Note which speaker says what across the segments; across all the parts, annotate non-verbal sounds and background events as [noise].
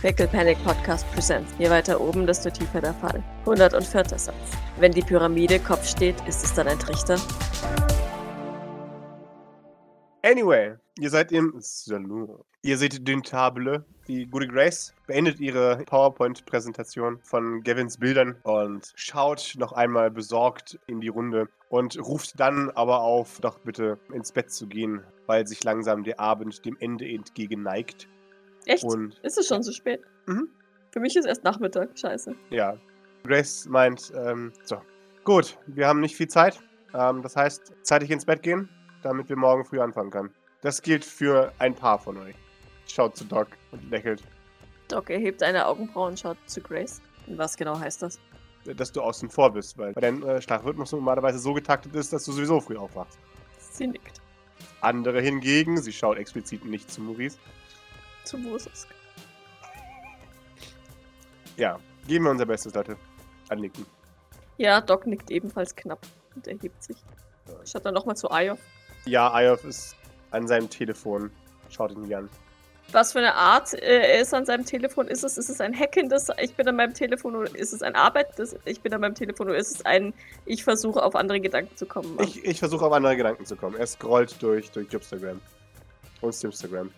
Speaker 1: Pickle Panic Podcast Presents. Je weiter oben, desto tiefer der Fall. 104. Satz. Wenn die Pyramide Kopf steht, ist es dann ein Trichter?
Speaker 2: Anyway, ihr seid im Salon. Ihr seht den Table. Die gute Grace beendet ihre PowerPoint-Präsentation von Gavins Bildern und schaut noch einmal besorgt in die Runde und ruft dann aber auf, doch bitte ins Bett zu gehen, weil sich langsam der Abend dem Ende entgegen neigt.
Speaker 1: Echt?
Speaker 2: Und
Speaker 1: Ist es schon so spät?
Speaker 2: Mhm.
Speaker 1: Für mich ist erst Nachmittag. Scheiße.
Speaker 2: ja, Grace meint, ähm, so, gut, wir haben nicht viel Zeit. Ähm, das heißt, zeitig ins Bett gehen, damit wir morgen früh anfangen können. Das gilt für ein paar von euch. Schaut zu Doc und lächelt.
Speaker 1: Doc erhebt eine Augenbraue und schaut zu Grace. Und was genau heißt das?
Speaker 2: dass du außen vor bist, weil dein äh, Schlafrhythmus normalerweise so getaktet ist, dass du sowieso früh aufwachst.
Speaker 1: Sie nickt.
Speaker 2: Andere hingegen, sie schaut explizit nicht zu Maurice.
Speaker 1: Zu Moses.
Speaker 2: Ja, geben wir unser Bestes, Leute. Annicken.
Speaker 1: Ja, Doc nickt ebenfalls knapp und erhebt sich. Schaut dann nochmal zu Ayof.
Speaker 2: Ja, Ayov ist an seinem Telefon. Schaut ihn wieder an.
Speaker 1: Was für eine Art äh, er ist an seinem Telefon? Ist es, ist es ein hackendes, ich bin an meinem Telefon oder ist es ein arbeitendes, ich bin an meinem Telefon oder ist es ein, ich versuche auf andere Gedanken zu kommen?
Speaker 2: Ich, ich versuche auf andere Gedanken zu kommen. Er scrollt durch, durch Instagram. Und Instagram.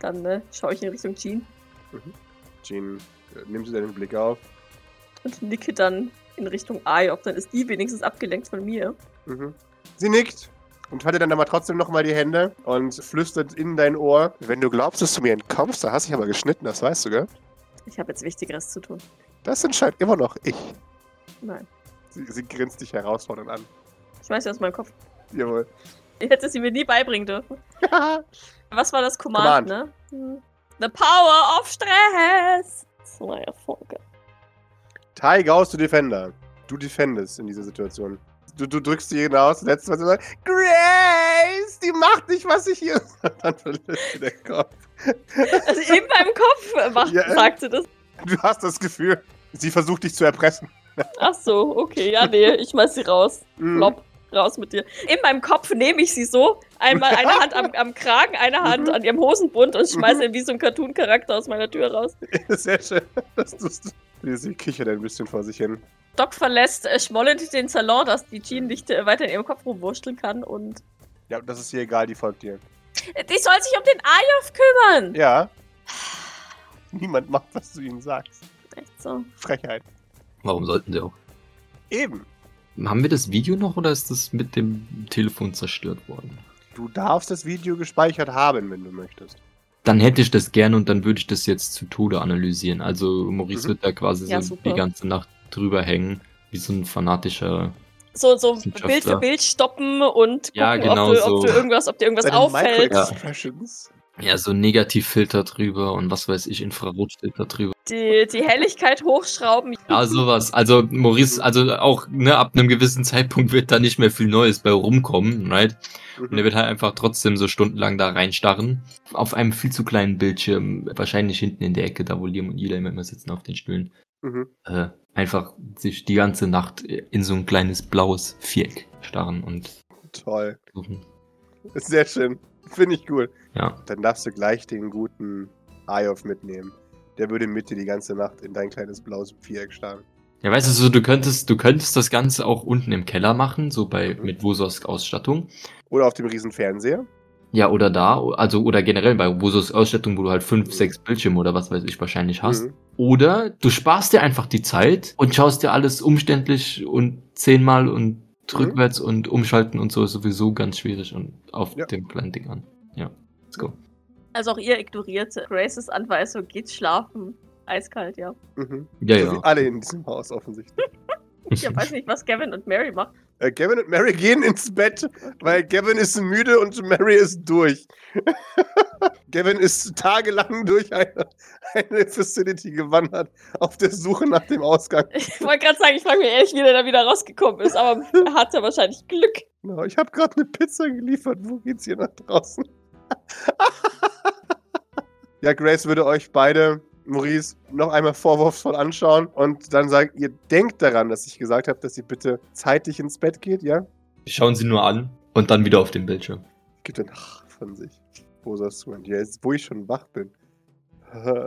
Speaker 1: Dann äh, schaue ich in Richtung Jean
Speaker 2: Jean äh, nimmt seinen Blick auf.
Speaker 1: und nicke dann in Richtung Ayof. Dann ist die wenigstens abgelenkt von mir.
Speaker 2: Mhm. Sie nickt und faltet dann aber trotzdem nochmal die Hände und flüstert in dein Ohr. Wenn du glaubst, dass du mir entkommst, da hast du dich aber geschnitten, das weißt du, gell?
Speaker 1: Ich habe jetzt Wichtigeres zu tun.
Speaker 2: Das entscheidet immer noch ich.
Speaker 1: Nein.
Speaker 2: Sie, sie grinst dich herausfordernd an.
Speaker 1: Ich weiß aus meinem Kopf.
Speaker 2: Jawohl. [laughs]
Speaker 1: Ich hätte sie mir nie beibringen dürfen. Was war das Command,
Speaker 2: Command.
Speaker 1: ne? Hm. The power of stress! Das war ja Funke.
Speaker 2: Tai Gauss, du Defender. Du defendest in dieser Situation. Du, du drückst sie hinaus, letztes Mal sagst Grace, die macht nicht, was ich hier. [laughs] Dann verlässt sie den Kopf.
Speaker 1: Also in meinem
Speaker 2: [laughs]
Speaker 1: Kopf macht,
Speaker 2: Ja.
Speaker 1: sagt sie das.
Speaker 2: Du hast das Gefühl, sie versucht dich zu erpressen.
Speaker 1: Ach so, okay, ja, nee, ich schmeiß sie raus.
Speaker 2: Mhm.
Speaker 1: Flop, raus mit dir. In meinem Kopf nehme ich sie so, einmal eine Hand am, am Kragen, eine Hand
Speaker 2: Mhm.
Speaker 1: an ihrem Hosenbund und schmeiße
Speaker 2: Mhm.
Speaker 1: ihn wie so ein Cartoon-Charakter aus meiner Tür raus.
Speaker 2: [laughs] Sehr schön. Das tust du. Sie kichert ein bisschen vor sich hin.
Speaker 1: Doc verlässt äh, schmollend den Salon, dass die Jean nicht äh, weiter in ihrem Kopf rumwurschteln kann und
Speaker 2: Ja, das ist ihr egal, die folgt dir.
Speaker 1: äh, die soll sich um den Ayov kümmern.
Speaker 2: Ja. Niemand macht, was du ihnen sagst.
Speaker 1: Echt so.
Speaker 2: Frechheit.
Speaker 3: Warum sollten sie auch?
Speaker 2: Eben.
Speaker 3: Haben wir das Video noch oder ist das mit dem Telefon zerstört worden?
Speaker 2: Du darfst das Video gespeichert haben, wenn du möchtest.
Speaker 3: Dann hätte ich das gerne und dann würde ich das jetzt zu Tode analysieren. Also Maurice
Speaker 2: Mhm.
Speaker 3: wird da quasi
Speaker 1: Ja,
Speaker 3: so
Speaker 1: super.
Speaker 3: die ganze Nacht drüber hängen, wie so ein fanatischer.
Speaker 1: So, so
Speaker 3: Wissenschaftler.
Speaker 1: Bild für Bild stoppen und gucken,
Speaker 3: Ja, genau
Speaker 1: ob, du, ob,
Speaker 3: so.
Speaker 1: du irgendwas, ob dir irgendwas
Speaker 2: Deine
Speaker 1: auffällt.
Speaker 2: Microexpressions.
Speaker 3: Ja, so Negativfilter drüber und was weiß ich, Infrarotfilter drüber.
Speaker 1: Die, die Helligkeit hochschrauben.
Speaker 3: Ja, sowas. Also Maurice, also auch ne, ab einem gewissen Zeitpunkt wird da nicht mehr viel Neues bei rumkommen, right?
Speaker 2: Mhm.
Speaker 3: Und er wird halt einfach trotzdem so stundenlang da reinstarren. Auf einem viel zu kleinen Bildschirm, wahrscheinlich hinten in der Ecke, da wo Liam und Ida immer sitzen auf den Stühlen.
Speaker 2: Mhm.
Speaker 3: Äh, einfach sich die ganze Nacht in so ein kleines blaues Viereck starren und
Speaker 2: Toll.
Speaker 3: suchen.
Speaker 2: Ist sehr schön. Finde ich cool.
Speaker 3: Ja.
Speaker 2: Dann darfst du gleich den guten Ayov mitnehmen. Der würde mit dir die ganze Nacht in dein kleines blaues Viereck starren.
Speaker 3: Ja, weißt du, so, du könntest, du könntest das Ganze auch unten im Keller machen, so bei
Speaker 2: Mhm.
Speaker 3: mit Wososk Ausstattung.
Speaker 2: Oder auf dem riesen Fernseher.
Speaker 3: Ja, oder da, also oder generell bei Bosos Ausstattung, wo du halt fünf, sechs Bildschirme oder was weiß ich wahrscheinlich hast.
Speaker 2: Mhm.
Speaker 3: Oder du sparst dir einfach die Zeit und schaust dir alles umständlich und zehnmal und
Speaker 2: Mhm.
Speaker 3: rückwärts und umschalten und so ist sowieso ganz schwierig und auf
Speaker 2: Ja.
Speaker 3: dem kleinen Ding an. Ja, let's go.
Speaker 1: Also auch ihr ignoriert Graces Anweisung, geht schlafen. Eiskalt, ja.
Speaker 2: Mhm.
Speaker 3: Ja,
Speaker 2: So
Speaker 3: ja.
Speaker 2: wie alle in diesem Haus offensichtlich.
Speaker 3: [laughs]
Speaker 1: Ich weiß nicht, was Gavin und Mary machen.
Speaker 2: äh, Gavin und Mary gehen ins Bett, weil Gavin ist müde und Mary ist durch. [laughs] Gavin ist tagelang durch eine, eine Facility gewandert, auf der Suche nach dem Ausgang.
Speaker 1: Ich wollte gerade sagen, ich frage mich ehrlich, wie der da wieder rausgekommen ist, aber er hatte wahrscheinlich Glück.
Speaker 2: Genau, ich habe gerade eine Pizza geliefert. Wo geht's hier nach draußen? [laughs] ja, Grace würde euch beide, Maurice, noch einmal vorwurfsvoll anschauen und dann sagen, ihr denkt daran, dass ich gesagt habe, dass ihr bitte zeitig ins Bett geht, ja?
Speaker 3: Schauen sie nur an und dann wieder auf den Bildschirm.
Speaker 2: Gibt ein Ach von sich. Bosa Swan, ja, jetzt, wo ich schon wach bin. [laughs]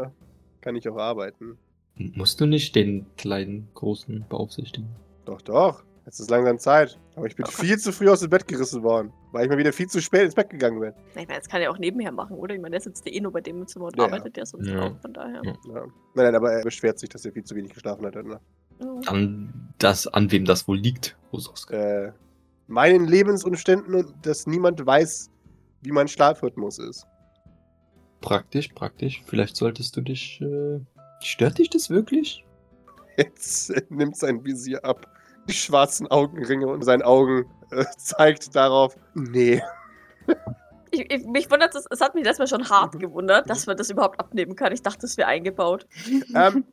Speaker 2: kann ich auch arbeiten.
Speaker 3: Musst du nicht den kleinen, großen beaufsichtigen?
Speaker 2: Doch, doch. Jetzt ist langsam Zeit. Aber ich bin viel zu früh aus dem Bett gerissen worden, weil ich mal wieder viel zu spät ins Bett gegangen bin.
Speaker 1: Ich meine, das kann er auch nebenher machen, oder? Ich meine, der sitzt ja eh nur bei dem im Zimmer und
Speaker 2: Ja.
Speaker 1: arbeitet ja sonst
Speaker 3: Ja.
Speaker 1: auch, von daher.
Speaker 3: Ja.
Speaker 2: Ja. Nein, nein, aber er beschwert sich, dass er viel zu wenig geschlafen hat. Ne?
Speaker 1: Mhm.
Speaker 3: Dann das, an wem das wohl liegt, Rososka.
Speaker 2: Äh, meinen Lebensumständen und dass niemand weiß, wie mein Schlafrhythmus ist. [laughs]
Speaker 3: Praktisch, praktisch. Vielleicht solltest du dich. Äh, stört dich das wirklich?
Speaker 2: Jetzt äh, nimmt sein Visier ab. Die schwarzen Augenringe und sein Augen äh, [laughs] zeigt darauf, nee.
Speaker 1: Ich, ich, mich wundert es, es hat mich letztes Mal schon
Speaker 3: Mhm.
Speaker 1: hart gewundert, dass man das überhaupt abnehmen kann. Ich dachte, es wäre eingebaut.
Speaker 2: Ähm,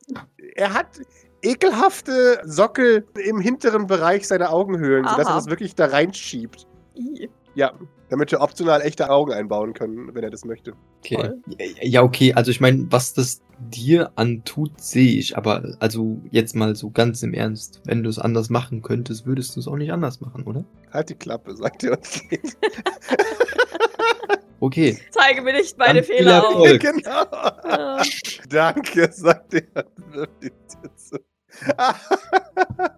Speaker 2: er hat ekelhafte Sockel im hinteren Bereich seiner Augenhöhlen, sodass er
Speaker 1: Aha.
Speaker 2: das wirklich da reinschiebt.
Speaker 1: I.
Speaker 2: Ja, damit wir optional echte Augen einbauen können, wenn er das möchte.
Speaker 3: Okay.
Speaker 1: Voll.
Speaker 3: Ja, okay. Also ich meine, was das dir antut, sehe ich. Aber also jetzt mal so ganz im Ernst, wenn du es anders machen könntest, würdest du es auch nicht anders machen, oder?
Speaker 2: Halt die Klappe, sagt er und geht.
Speaker 3: Okay.
Speaker 1: Zeige mir nicht meine
Speaker 3: Dann viel
Speaker 1: Fehler auf.
Speaker 3: Erfolg. Voll.
Speaker 2: [laughs] genau.
Speaker 1: Äh,
Speaker 2: Danke, sagt er. [laughs] und wirft die Tütze.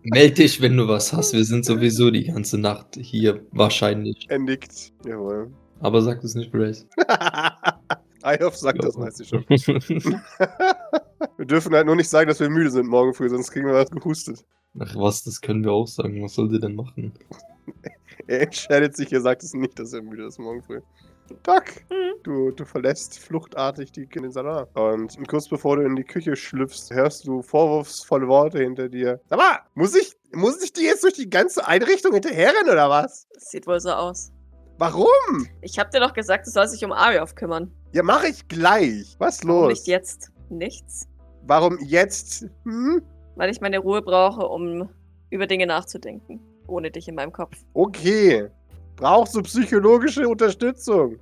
Speaker 3: Meld dich, wenn du was hast. Wir sind sowieso die ganze Nacht hier wahrscheinlich.
Speaker 2: Er nickt. Jawohl. [laughs]
Speaker 3: Aber sag es nicht, Brace.
Speaker 2: Eihoff sagt das
Speaker 3: Ja.
Speaker 2: meiste schon. Wir dürfen halt nur nicht sagen, dass wir müde sind morgen früh, sonst kriegen wir was gehustet.
Speaker 3: Ach was, das können wir auch sagen. Was soll sie denn machen?
Speaker 2: Er entscheidet sich, er sagt es nicht, dass er müde ist morgen früh. Doc,
Speaker 1: Mhm.
Speaker 2: du, du verlässt fluchtartig die, den Salon. Und kurz bevor du in die Küche schlüpfst, hörst du vorwurfsvolle Worte hinter dir. Sag mal, muss ich, muss ich dir jetzt durch die ganze Einrichtung hinterherrennen oder was?
Speaker 1: das sieht wohl so aus.
Speaker 2: Warum?
Speaker 1: Ich hab dir doch gesagt, du sollst dich um Ariof kümmern.
Speaker 2: Ja, mache ich gleich. Was
Speaker 1: Warum
Speaker 2: los?
Speaker 1: Nicht jetzt. Nichts.
Speaker 2: Warum jetzt? Hm?
Speaker 1: Weil ich meine Ruhe brauche, um über Dinge nachzudenken. Ohne dich in meinem Kopf.
Speaker 2: Okay. Brauchst du psychologische Unterstützung?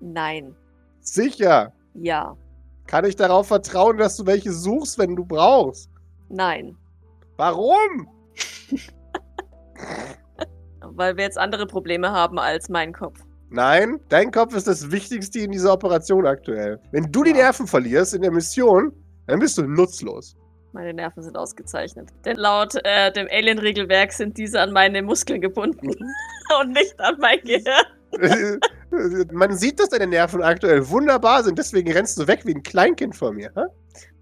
Speaker 1: Nein.
Speaker 2: Sicher.
Speaker 1: Ja.
Speaker 2: Kann ich darauf vertrauen, dass du welche suchst, wenn du brauchst?
Speaker 1: Nein.
Speaker 2: Warum?
Speaker 1: Weil wir jetzt andere Probleme haben als mein Kopf.
Speaker 2: Nein, dein Kopf ist das Wichtigste in dieser Operation aktuell. Wenn du die
Speaker 1: Ja.
Speaker 2: Nerven verlierst in der Mission, dann bist du nutzlos. [laughs]
Speaker 1: Meine Nerven sind ausgezeichnet. Denn laut äh, dem Alien-Regelwerk sind diese an meine Muskeln gebunden und nicht an mein Gehirn.
Speaker 2: Man sieht, dass deine Nerven aktuell wunderbar sind, deswegen rennst du weg wie ein Kleinkind vor mir. hä?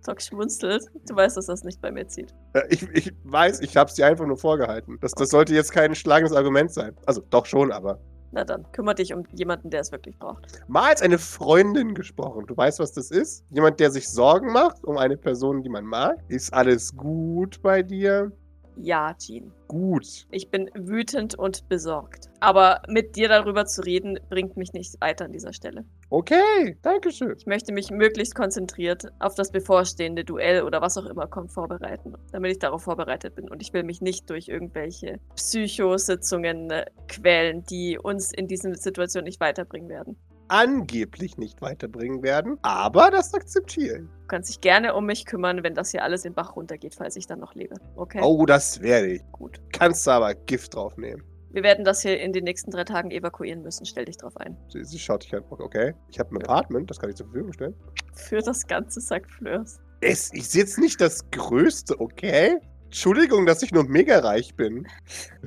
Speaker 1: Doc schmunzelt. Du weißt, dass das nicht bei mir zieht.
Speaker 2: Äh, Ich, ich weiß, ich hab's dir einfach nur vorgehalten. Das, das sollte jetzt kein schlagendes Argument sein. Also doch schon, aber.
Speaker 1: Na dann, kümmere dich um jemanden, der es wirklich braucht.
Speaker 2: Mal als eine Freundin gesprochen. Du weißt, was das ist? Jemand, der sich Sorgen macht um eine Person, die man mag. Ist alles gut bei dir?
Speaker 1: Ja, Jean.
Speaker 2: Gut.
Speaker 1: Ich bin wütend und besorgt. Aber mit dir darüber zu reden, bringt mich nicht weiter an dieser Stelle.
Speaker 2: Okay, Dankeschön.
Speaker 1: Ich möchte mich möglichst konzentriert auf das bevorstehende Duell oder was auch immer kommt vorbereiten, damit ich darauf vorbereitet bin. Und ich will mich nicht durch irgendwelche Psychositzungen äh, quälen, die uns in diesen Situationen nicht weiterbringen werden.
Speaker 2: angeblich nicht weiterbringen werden, aber das akzeptiere ich.
Speaker 1: Du kannst dich gerne um mich kümmern, wenn das hier alles in den Bach runtergeht, falls ich dann noch lebe. Okay?
Speaker 2: Oh, das werde ich.
Speaker 1: Gut.
Speaker 2: Kannst du aber Gift draufnehmen.
Speaker 1: Wir werden das hier in den nächsten drei Tagen evakuieren müssen. Stell dich drauf ein.
Speaker 2: Sie, sie schaut dich an. Okay, ich habe ein Apartment, das kann ich zur Verfügung stellen.
Speaker 1: Für das Ganze, sagt Flörs.
Speaker 2: Es ist jetzt nicht das Größte, okay? Entschuldigung, dass ich nur mega reich bin.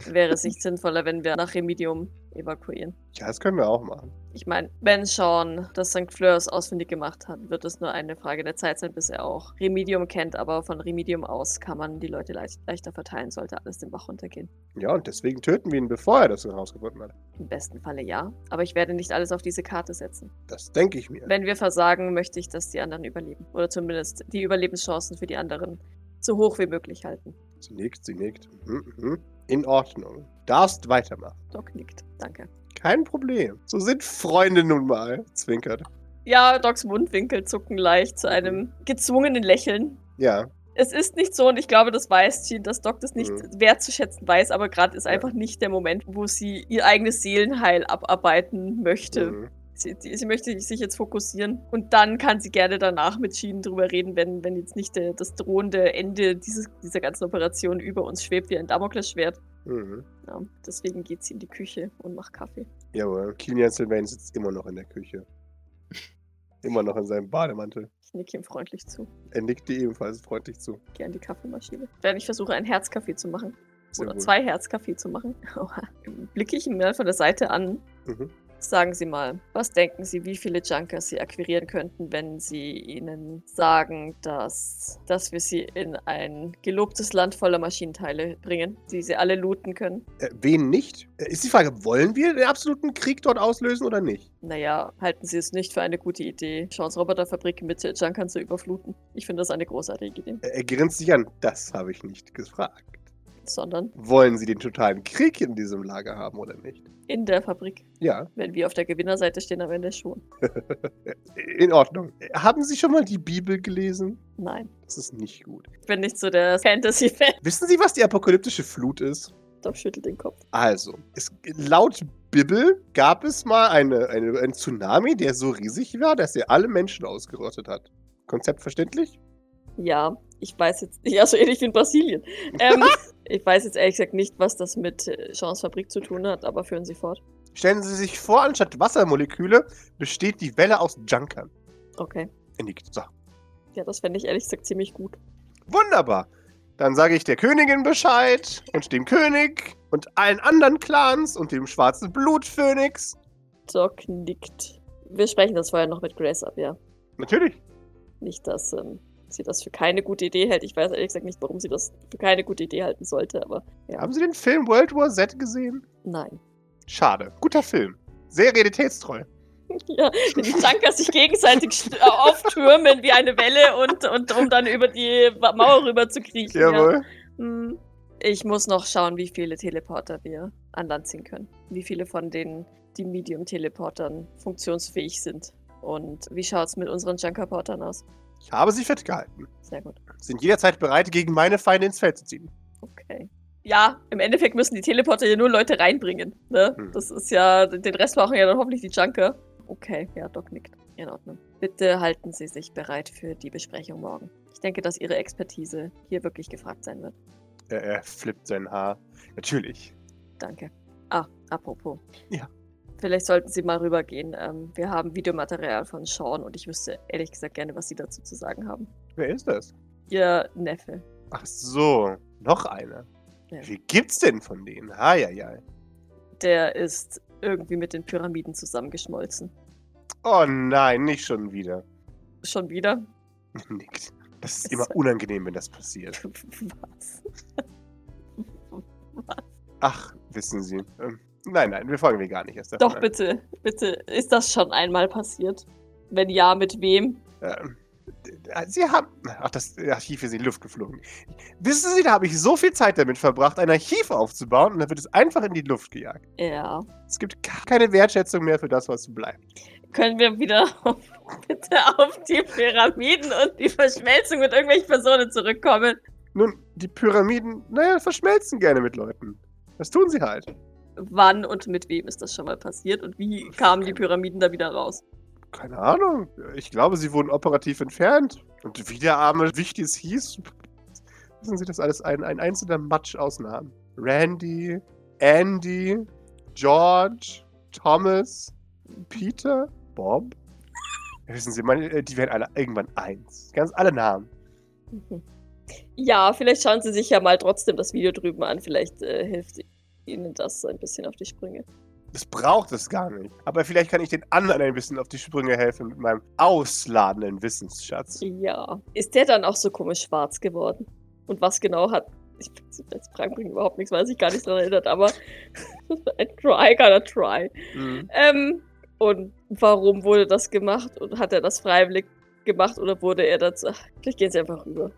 Speaker 1: Wäre es nicht sinnvoller, wenn wir nach Remedium evakuieren?
Speaker 2: Ja, das können wir auch machen.
Speaker 1: Ich meine, wenn Sean das St. Fleurs ausfindig gemacht hat, wird es nur eine Frage der Zeit sein, bis er auch Remedium kennt. Aber von Remedium aus kann man die Leute leicht, leichter verteilen, sollte alles den Bach runtergehen.
Speaker 2: Ja, und deswegen töten wir ihn, bevor er das herausgefunden hat.
Speaker 1: Im besten Falle ja. Aber ich werde nicht alles auf diese Karte setzen.
Speaker 2: Das denke ich mir.
Speaker 1: Wenn wir versagen, möchte ich, dass die anderen überleben. Oder zumindest die Überlebenschancen für die anderen so hoch wie möglich halten.
Speaker 2: Sie nickt, sie nickt. Mhm, mhm. In Ordnung. Darfst weitermachen.
Speaker 1: Doc nickt. Danke.
Speaker 2: Kein Problem. So sind Freunde nun mal. Zwinkert.
Speaker 1: Ja, Docs Mundwinkel zucken leicht zu einem gezwungenen Lächeln.
Speaker 2: Ja,
Speaker 1: Es ist nicht so, und ich glaube, das weiß Jean, dass Doc das nicht
Speaker 2: Mhm.
Speaker 1: wertzuschätzen weiß, aber gerade ist
Speaker 2: Ja.
Speaker 1: einfach nicht der Moment, wo sie ihr eigenes Seelenheil abarbeiten möchte.
Speaker 2: mhm.
Speaker 1: Sie, sie, sie möchte sich jetzt fokussieren und dann kann sie gerne danach mit Jean drüber reden, wenn, wenn jetzt nicht der, das drohende Ende dieses, dieser ganzen Operation über uns schwebt wie ein Damoklesschwert.
Speaker 2: mhm.
Speaker 1: Ja, deswegen geht sie in die Küche und macht Kaffee.
Speaker 2: Jawohl. Kilian Sylvain sitzt immer noch in der Küche. Immer noch in seinem Bademantel.
Speaker 1: Ich Ich nicke ihm freundlich zu.
Speaker 2: Er nickt dir ebenfalls freundlich zu.
Speaker 1: Gehe an die Kaffeemaschine. Während ich versuche, einen Herzkaffee zu machen.
Speaker 2: Sehr
Speaker 1: oder
Speaker 2: gut.
Speaker 1: zwei Herzkaffee zu machen. [laughs] Oha. Blicke ich ihn mal von der Seite an.
Speaker 2: Mhm.
Speaker 1: Sagen Sie mal, was denken Sie, wie viele Junkers Sie akquirieren könnten, wenn Sie ihnen sagen, dass, dass wir sie in ein gelobtes Land voller Maschinenteile bringen, die sie alle looten können?
Speaker 2: Äh, wen nicht? Äh, ist die Frage, wollen wir den absoluten Krieg dort auslösen oder nicht?
Speaker 1: Naja, halten Sie es nicht für eine gute Idee, Chance Roboterfabrik mit Junkern zu überfluten. Ich finde das eine großartige Idee.
Speaker 2: Äh, er grinst sich an. Das habe ich nicht gefragt.
Speaker 1: Sondern
Speaker 2: Wollen Sie den totalen Krieg in diesem Lager haben oder nicht?
Speaker 1: in der Fabrik,
Speaker 2: Ja,
Speaker 1: wenn wir auf der Gewinnerseite stehen, am Ende schon.
Speaker 2: in Ordnung. Äh, Haben Sie schon mal die Bibel gelesen?
Speaker 1: Nein,
Speaker 2: Das ist nicht gut.
Speaker 1: ich bin nicht so der Fantasy-Fan.
Speaker 2: Wissen Sie, was die apokalyptische Flut ist?
Speaker 1: Doch schüttelt den Kopf.
Speaker 2: Also, es, laut Bibel gab es mal eine, eine, einen Tsunami, der so riesig war, dass er alle Menschen ausgerottet hat. Konzept verständlich?
Speaker 1: Ja, ich weiß jetzt [laughs] nicht, ja, so ähnlich wie in Brasilien. Ähm, ich weiß jetzt ehrlich gesagt nicht, was das mit äh, Chance Fabrik zu tun hat, aber führen Sie fort.
Speaker 2: Stellen Sie sich vor, anstatt Wassermoleküle besteht die Welle aus Junkern.
Speaker 1: Okay.
Speaker 2: Er nickt. So.
Speaker 1: Ja, das fände ich ehrlich gesagt ziemlich gut.
Speaker 2: Wunderbar. Dann sage ich der Königin Bescheid und dem König und allen anderen Clans und dem schwarzen Blutphönix.
Speaker 1: Doc nickt. Wir sprechen das vorher noch mit Grace ab, ja.
Speaker 2: Natürlich.
Speaker 1: Nicht, dass ähm, sie das für keine gute Idee hält. Ich weiß ehrlich gesagt nicht, warum sie das für keine gute Idee halten sollte, aber ja.
Speaker 2: Haben Sie den Film World War Z gesehen?
Speaker 1: Nein.
Speaker 2: Schade. Guter Film. Sehr realitätstreu.
Speaker 1: Ja, wenn die Junkers sich gegenseitig st- auftürmen wie eine Welle und, und um dann über die Wa- Mauer rüber zu kriechen. ja.
Speaker 2: Jawohl.
Speaker 1: Hm, Ich muss noch schauen, wie viele Teleporter wir an Land ziehen können. Wie viele von denen, die Medium-Teleportern funktionsfähig sind. Und wie schaut's mit unseren Junkerportern aus?
Speaker 2: Ich habe Sie fit gehalten.
Speaker 1: Sehr gut.
Speaker 2: sind jederzeit bereit, gegen meine Feinde ins Feld zu ziehen.
Speaker 1: Okay. Ja, im Endeffekt müssen die Teleporter ja nur Leute reinbringen. Ne?
Speaker 2: Hm.
Speaker 1: Das ist ja, den Rest machen ja dann hoffentlich die Junker. Okay, ja, Doc nickt. In Ordnung. Bitte halten Sie sich bereit für die Besprechung morgen. Ich denke, dass Ihre Expertise hier wirklich gefragt sein wird.
Speaker 2: Er, Äh, er flippt sein Haar. Natürlich.
Speaker 1: Danke. Ah, apropos.
Speaker 2: Ja.
Speaker 1: Vielleicht sollten Sie mal rübergehen. Ähm, wir haben Videomaterial von Sean und ich wüsste ehrlich gesagt gerne, was Sie dazu zu sagen haben.
Speaker 2: Wer ist das?
Speaker 1: Ihr Neffe.
Speaker 2: Ach so, noch einer.
Speaker 1: Ja.
Speaker 2: Wie gibt's denn von denen? Ha, ja, ja.
Speaker 1: Der ist irgendwie mit den Pyramiden zusammengeschmolzen.
Speaker 2: Oh nein, nicht schon wieder. [laughs]
Speaker 1: Schon wieder?
Speaker 2: Nickt. Das ist
Speaker 1: Es-
Speaker 2: immer unangenehm, wenn das passiert.
Speaker 1: [laughs] Was?
Speaker 2: Ach, wissen Sie. Ähm, nein, nein, wir folgen wir gar nicht erst davon
Speaker 1: Doch,
Speaker 2: an.
Speaker 1: bitte, bitte. Ist das schon einmal passiert? Wenn ja, mit wem?
Speaker 2: Ähm, d- d- Sie haben. Ach, das Archiv ist in die Luft geflogen. Wissen Sie, da habe ich so viel Zeit damit verbracht, ein Archiv aufzubauen und dann wird es einfach in die Luft gejagt.
Speaker 1: Ja.
Speaker 2: Es gibt gar keine Wertschätzung mehr für das, was bleibt.
Speaker 1: Können wir wieder [laughs] auf, bitte auf die Pyramiden und die Verschmelzung mit irgendwelchen Personen zurückkommen?
Speaker 2: Nun, die Pyramiden, naja, verschmelzen gerne mit Leuten. Das tun sie halt.
Speaker 1: wann und mit wem ist das schon mal passiert und wie kamen die Pyramiden da wieder raus?
Speaker 2: Keine Ahnung. Ich glaube, sie wurden operativ entfernt. Und wie der arme Wichtis hieß, wissen Sie das alles? Ein, ein einzelner Matsch Ausnahmen. Randy, Andy, George, Thomas, Peter, Bob. Ja, wissen Sie, meine, äh, die werden alle irgendwann eins. Ganz alle Namen.
Speaker 1: Ja, vielleicht schauen Sie sich ja mal trotzdem das Video drüben an. Vielleicht äh, hilft Ihnen das ein bisschen auf die Sprünge.
Speaker 2: Das braucht es gar nicht. Aber vielleicht kann ich den anderen ein bisschen auf die Sprünge helfen mit meinem ausladenden Wissensschatz.
Speaker 1: Ja. Ist der dann auch so komisch schwarz geworden? Und was genau hat. Ich jetzt fragen bringt überhaupt nichts, weil sich gar nicht daran erinnert, aber [laughs] I try, gotta try.
Speaker 2: Mhm.
Speaker 1: Ähm, und warum wurde das gemacht? Und hat er das freiwillig gemacht oder wurde er dazu. Ach, Vielleicht gehen Sie einfach rüber.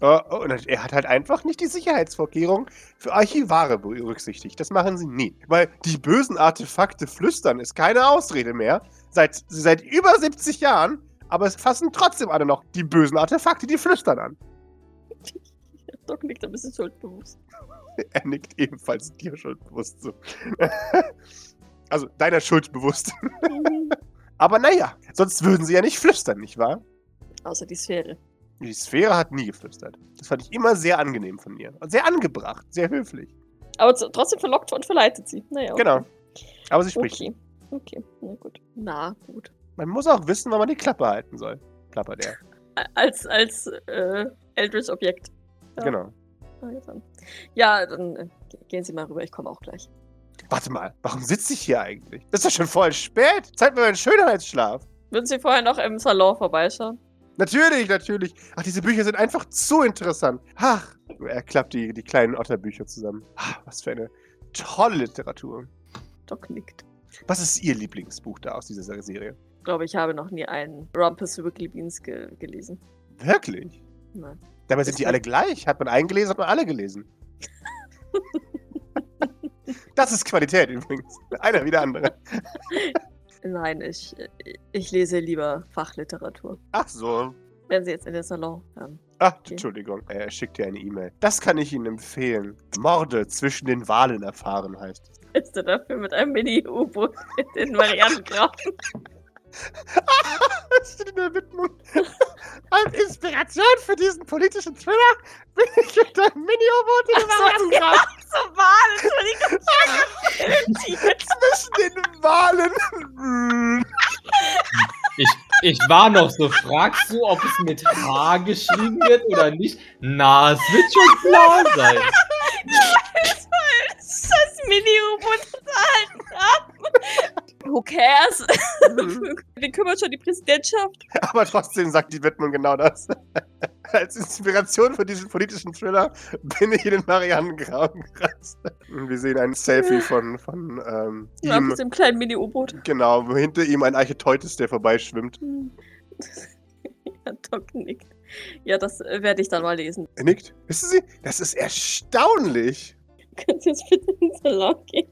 Speaker 2: Oh, oh, und er hat halt einfach nicht die Sicherheitsvorkehrungen für Archivare berücksichtigt. Das machen sie nie. Weil die bösen Artefakte flüstern ist keine Ausrede mehr. Seit, seit über 70 Jahren. Aber es fassen trotzdem alle noch die bösen Artefakte, die flüstern an. [laughs]
Speaker 1: Doc nickt ein bisschen schuldbewusst.
Speaker 2: Er nickt ebenfalls dir schuldbewusst zu. [laughs] also deiner Schuld bewusst. [laughs] Aber naja, sonst würden sie ja nicht flüstern, nicht wahr?
Speaker 1: Außer Also die Sphäre.
Speaker 2: Die Sphäre hat nie geflüstert. Das fand ich immer sehr angenehm von ihr. Und sehr angebracht, sehr höflich.
Speaker 1: Aber zu- trotzdem verlockt und verleitet sie. Naja. okay.
Speaker 2: Genau. Aber sie spricht.
Speaker 1: Okay. Okay, na gut. Na gut.
Speaker 2: Man muss auch wissen, wann man die Klappe halten soll. Plappert er.
Speaker 1: als, als äh, Eldritch-Objekt. Ja.
Speaker 2: Genau.
Speaker 1: angefangen. Ja, dann äh, ge- gehen Sie mal rüber, ich komme auch gleich.
Speaker 2: Warte mal, warum sitze ich hier eigentlich? Das ist doch schon voll spät. Zeit mir meinen Schönheitsschlaf.
Speaker 1: Würden Sie vorher noch im Salon vorbeischauen?
Speaker 2: Natürlich, natürlich. Ach, diese Bücher sind einfach zu interessant. Ach, er klappt die, die kleinen Otterbücher zusammen. Ah, was für eine tolle Literatur.
Speaker 1: Doc nickt.
Speaker 2: Was ist Ihr Lieblingsbuch da aus dieser Serie?
Speaker 1: Ich glaube, ich habe noch nie einen Rumpus Wiggly Beans ge gelesen.
Speaker 2: Wirklich?
Speaker 1: Nein.
Speaker 2: Dabei sind die alle gleich. Hat man einen gelesen, hat man alle gelesen. Das ist Qualität übrigens. Einer wie der andere.
Speaker 1: Nein, ich, äh, ich lese lieber Fachliteratur.
Speaker 2: Ach so.
Speaker 1: Wenn Sie jetzt in den Salon ähm,
Speaker 2: Ach, Ah, Entschuldigung. äh, Er schickt dir eine E-Mail. Das kann ich Ihnen empfehlen. Morde zwischen den Wahlen erfahren heißt. [laughs] es.
Speaker 1: ist er dafür mit einem Mini-U-Boot in den Marianengraben.
Speaker 2: Das steht in der Widmung. [laughs] Als Inspiration für diesen politischen Thriller bin ich mit einem Mini-U-Boot in den Wahlen gefahren.
Speaker 1: Zur Wahl, Entschuldigung.
Speaker 2: Zwischen den Wahlen.
Speaker 3: Ich, ich war noch so, fragst du, ob es mit H geschrieben wird oder nicht? Na, es wird schon klar sein.
Speaker 1: [laughs] das Mini-U-Boot unterhalten haben. Who cares? [laughs] Den kümmert schon um die Präsidentschaft.
Speaker 2: [laughs] Aber trotzdem sagt die Widmung genau das. [laughs] Als Inspiration für diesen politischen Thriller bin ich in den Marianengraben gerast. Und wir sehen ein Selfie von, von ähm,
Speaker 1: Ja,
Speaker 2: ihm.
Speaker 1: mit dem kleinen Mini-U-Boot.
Speaker 2: Genau, wo hinter ihm ein Archeteutes, der vorbeischwimmt.
Speaker 1: Hm. [laughs] ja, Doc nickt. Ja, das äh, werde ich dann mal lesen. [laughs]
Speaker 2: Er nickt. Wissen Sie, das ist erstaunlich.
Speaker 1: Könnt ihr jetzt bitte in den Salon gehen?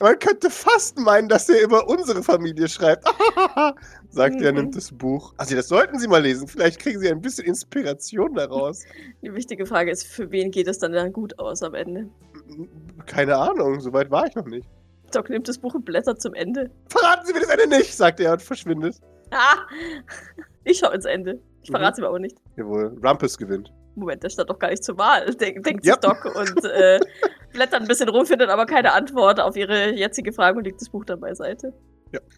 Speaker 2: Man könnte fast meinen, dass er über unsere Familie schreibt. [laughs] Sagt er,
Speaker 1: Mhm.
Speaker 2: nimmt das Buch. Also, das sollten Sie mal lesen. Vielleicht kriegen Sie ein bisschen Inspiration daraus.
Speaker 1: Die wichtige Frage ist, für wen geht es dann, dann gut aus am Ende?
Speaker 2: Keine Ahnung, soweit war ich noch nicht.
Speaker 1: Doc nimmt das Buch und blättert zum Ende.
Speaker 2: Verraten Sie mir das Ende nicht, sagt er und verschwindet.
Speaker 1: Ah! Ich schaue ins Ende. Ich
Speaker 2: Mhm.
Speaker 1: verrate es mir aber nicht.
Speaker 2: Jawohl, Rumpus gewinnt.
Speaker 1: Moment, der stand doch gar nicht zur Wahl, denk, denkt
Speaker 2: Ja.
Speaker 1: sich Doc und
Speaker 2: [laughs]
Speaker 1: äh, blättert ein bisschen rum, findet aber keine Antwort auf ihre jetzige Frage und legt das Buch dann beiseite.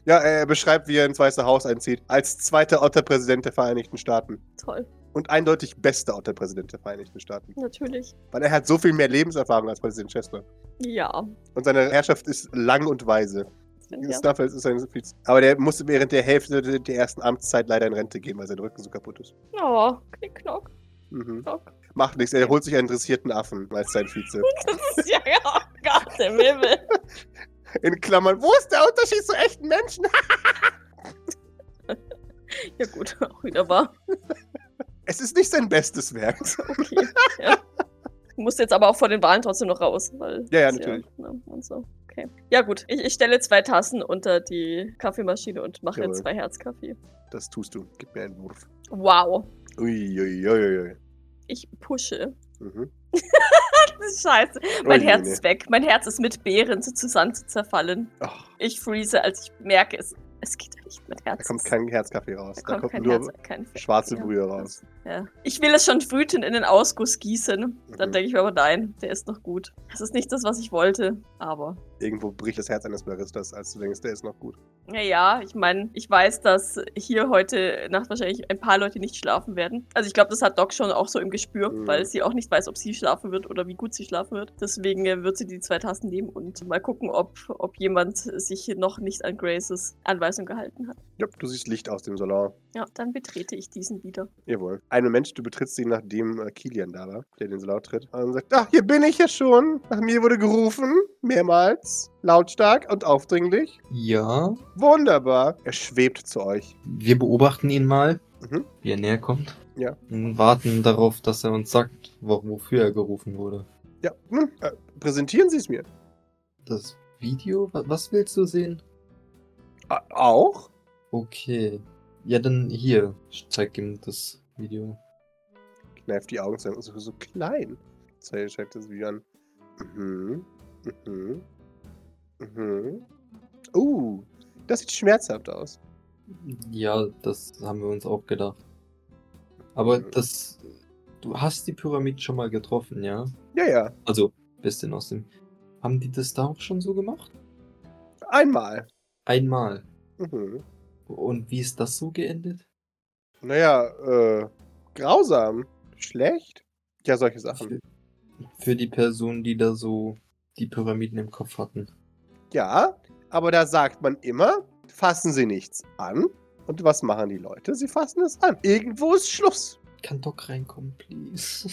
Speaker 2: Ja, er beschreibt, wie er ins Weiße Haus einzieht, als zweiter Otterpräsident der Vereinigten Staaten.
Speaker 1: Toll,
Speaker 2: Und eindeutig bester Otterpräsident der Vereinigten Staaten.
Speaker 1: natürlich.
Speaker 2: Weil er hat so viel mehr Lebenserfahrung als Präsident Chester.
Speaker 1: Ja.
Speaker 2: Und seine Herrschaft ist lang und weise.
Speaker 1: ja.
Speaker 2: Staffel ist ein Vize- Aber der musste während der Hälfte der der ersten Amtszeit leider in Rente gehen, weil sein Rücken so kaputt ist.
Speaker 1: Oh, knick, knock,
Speaker 2: Mhm.
Speaker 1: knock.
Speaker 2: Macht nichts, er holt sich einen dressierten Affen als sein Vize.
Speaker 1: Das ist [laughs] ja, oh Gott, im Himmel.
Speaker 2: In Klammern, wo ist der Unterschied zu echten Menschen?
Speaker 1: Ja gut, auch wieder wahr.
Speaker 2: Es ist nicht sein bestes Werk.
Speaker 1: Okay, ja. Muss jetzt aber auch vor den Wahlen trotzdem noch raus. Weil
Speaker 2: Ja, ja,
Speaker 1: das ist
Speaker 2: natürlich.
Speaker 1: ne, und so. Okay. Ja gut, ich, ich stelle zwei Tassen unter die Kaffeemaschine und mache
Speaker 2: Jawohl.
Speaker 1: zwei Herzkaffee.
Speaker 2: Das tust du. Gib mir einen Wurf.
Speaker 1: Wow,
Speaker 2: Uiuiuiui.
Speaker 1: ich pushe.
Speaker 2: Mhm.
Speaker 1: Das ist scheiße. Mein Herz ist weg. Mein Herz ist mit Beeren so zu Sand zerfallen.
Speaker 2: Ach,
Speaker 1: Ich freeze, als ich merke, es, es geht nicht. Mein Herz
Speaker 2: da kommt
Speaker 1: ist-
Speaker 2: kein Herzkaffee raus.
Speaker 1: da
Speaker 2: Da kommt,
Speaker 1: kein
Speaker 2: nur
Speaker 1: Herz, kein Fe-
Speaker 2: schwarze
Speaker 1: ja.
Speaker 2: Brühe raus.
Speaker 1: Ja. Ich will es schon wütend in den Ausguss gießen. Dann
Speaker 2: Mhm.
Speaker 1: denke ich mir aber, nein, der ist noch gut. Das ist nicht das, was ich wollte. Aber,
Speaker 2: Irgendwo bricht das Herz eines Baristas, als du denkst, der ist noch gut.
Speaker 1: naja, ich meine, ich weiß, dass hier heute Nacht wahrscheinlich ein paar Leute nicht schlafen werden. Also ich glaube, das hat Doc schon auch so im Gespür,
Speaker 2: Mhm.
Speaker 1: weil sie auch nicht weiß, ob sie schlafen wird oder wie gut sie schlafen wird. Deswegen äh, wird sie die zwei Tassen nehmen und mal gucken, ob, ob jemand sich hier noch nicht an Graces Anweisung gehalten hat.
Speaker 2: Ja, du siehst Licht aus dem Salon.
Speaker 1: Ja, dann betrete ich diesen wieder.
Speaker 2: Jawohl. Ein Moment, du betrittst ihn, nachdem äh, Kilian da war, der den Salat tritt. Und sagt, ach, hier bin ich ja schon. Nach mir wurde gerufen. Mehrmals. Lautstark und aufdringlich.
Speaker 3: Ja,
Speaker 2: Wunderbar. Er schwebt zu euch.
Speaker 3: wir beobachten ihn mal,
Speaker 2: Mhm.
Speaker 3: wie er näher kommt.
Speaker 2: Ja.
Speaker 3: Und warten darauf, dass er uns sagt, wo- wofür er gerufen wurde.
Speaker 2: Ja, nun, äh, präsentieren Sie es mir.
Speaker 3: Das Video? Wa- Was willst du sehen?
Speaker 2: A auch?
Speaker 3: Okay. Ja, dann hier. Ich zeig ihm das Video.
Speaker 2: kneift die Augen zusammen und so, so klein. Zell schreibt das Video an. Mhm. Mhm. Mhm. Uh, das sieht schmerzhaft aus.
Speaker 3: Ja, das haben wir uns auch gedacht. Aber
Speaker 2: Mhm.
Speaker 3: das. Du hast die Pyramiden schon mal getroffen, ja?
Speaker 2: Ja, ja.
Speaker 3: Also, bist denn aus dem. Haben die das da auch schon so gemacht?
Speaker 2: Einmal.
Speaker 3: Einmal.
Speaker 2: Mhm.
Speaker 3: Und wie ist das so geendet?
Speaker 2: Naja, äh, grausam, schlecht. Ja, solche Sachen.
Speaker 3: Für, für die Personen, die da so die Pyramiden im Kopf hatten.
Speaker 2: Ja, aber da sagt man immer, fassen Sie nichts an. Und was machen die Leute? Sie fassen es an. Irgendwo ist Schluss.
Speaker 3: Kann Doc reinkommen, please.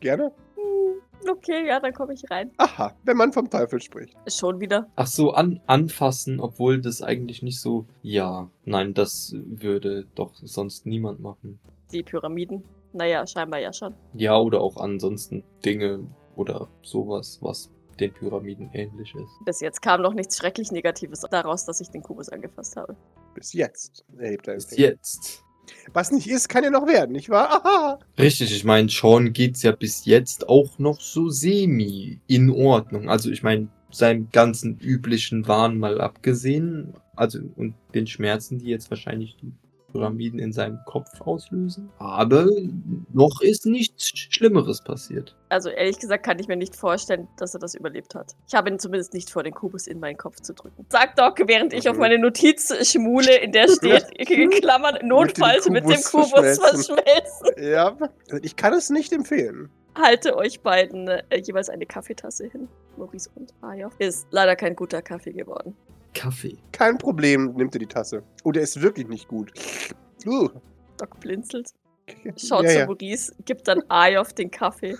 Speaker 2: Gerne.
Speaker 1: Hm, Okay, ja, dann komme ich rein.
Speaker 2: Aha, wenn man vom Teufel spricht.
Speaker 1: Schon wieder.
Speaker 3: Ach so, an, anfassen, obwohl das eigentlich nicht so. Ja, nein, das würde doch sonst niemand machen.
Speaker 1: Die Pyramiden. Naja, scheinbar ja schon.
Speaker 3: Ja, oder auch ansonsten Dinge oder sowas, was den Pyramiden ähnlich ist.
Speaker 1: Bis jetzt kam noch nichts schrecklich Negatives daraus, dass ich den Kubus angefasst habe.
Speaker 2: Bis jetzt. Erhebt er
Speaker 3: Bis
Speaker 2: den Finger.
Speaker 3: jetzt.
Speaker 2: Was nicht ist, kann ja noch werden, nicht wahr? Aha.
Speaker 3: Richtig, ich meine, Sean geht's ja bis jetzt auch noch so semi in Ordnung. Also ich meine, seinem ganzen üblichen Wahn mal abgesehen, also und den Schmerzen, die jetzt wahrscheinlich die Pyramiden in seinem Kopf auslösen. Aber noch ist nichts Schlimmeres passiert.
Speaker 1: Also ehrlich gesagt kann ich mir nicht vorstellen, dass er das überlebt hat. Ich habe ihn zumindest nicht vor, den Kubus in meinen Kopf zu drücken. Sagt Doc, während ich auf
Speaker 2: Mhm.
Speaker 1: meine Notiz schmule, in der steht, geklammert, notfalls mit dem
Speaker 2: Kubus
Speaker 1: Kubus verschmelzen.
Speaker 2: verschmelzen. Ja, Also ich kann es nicht empfehlen.
Speaker 1: Halte euch beiden äh, jeweils eine Kaffeetasse hin. Maurice und Aya. Ist leider kein guter Kaffee geworden.
Speaker 3: Kaffee.
Speaker 2: Kein Problem, nimmt er die Tasse. Oh, der ist wirklich nicht gut. Uh.
Speaker 1: Doc blinzelt, schaut
Speaker 2: ja,
Speaker 1: zu
Speaker 2: ja.
Speaker 1: Maurice, gibt dann Aya auf den Kaffee.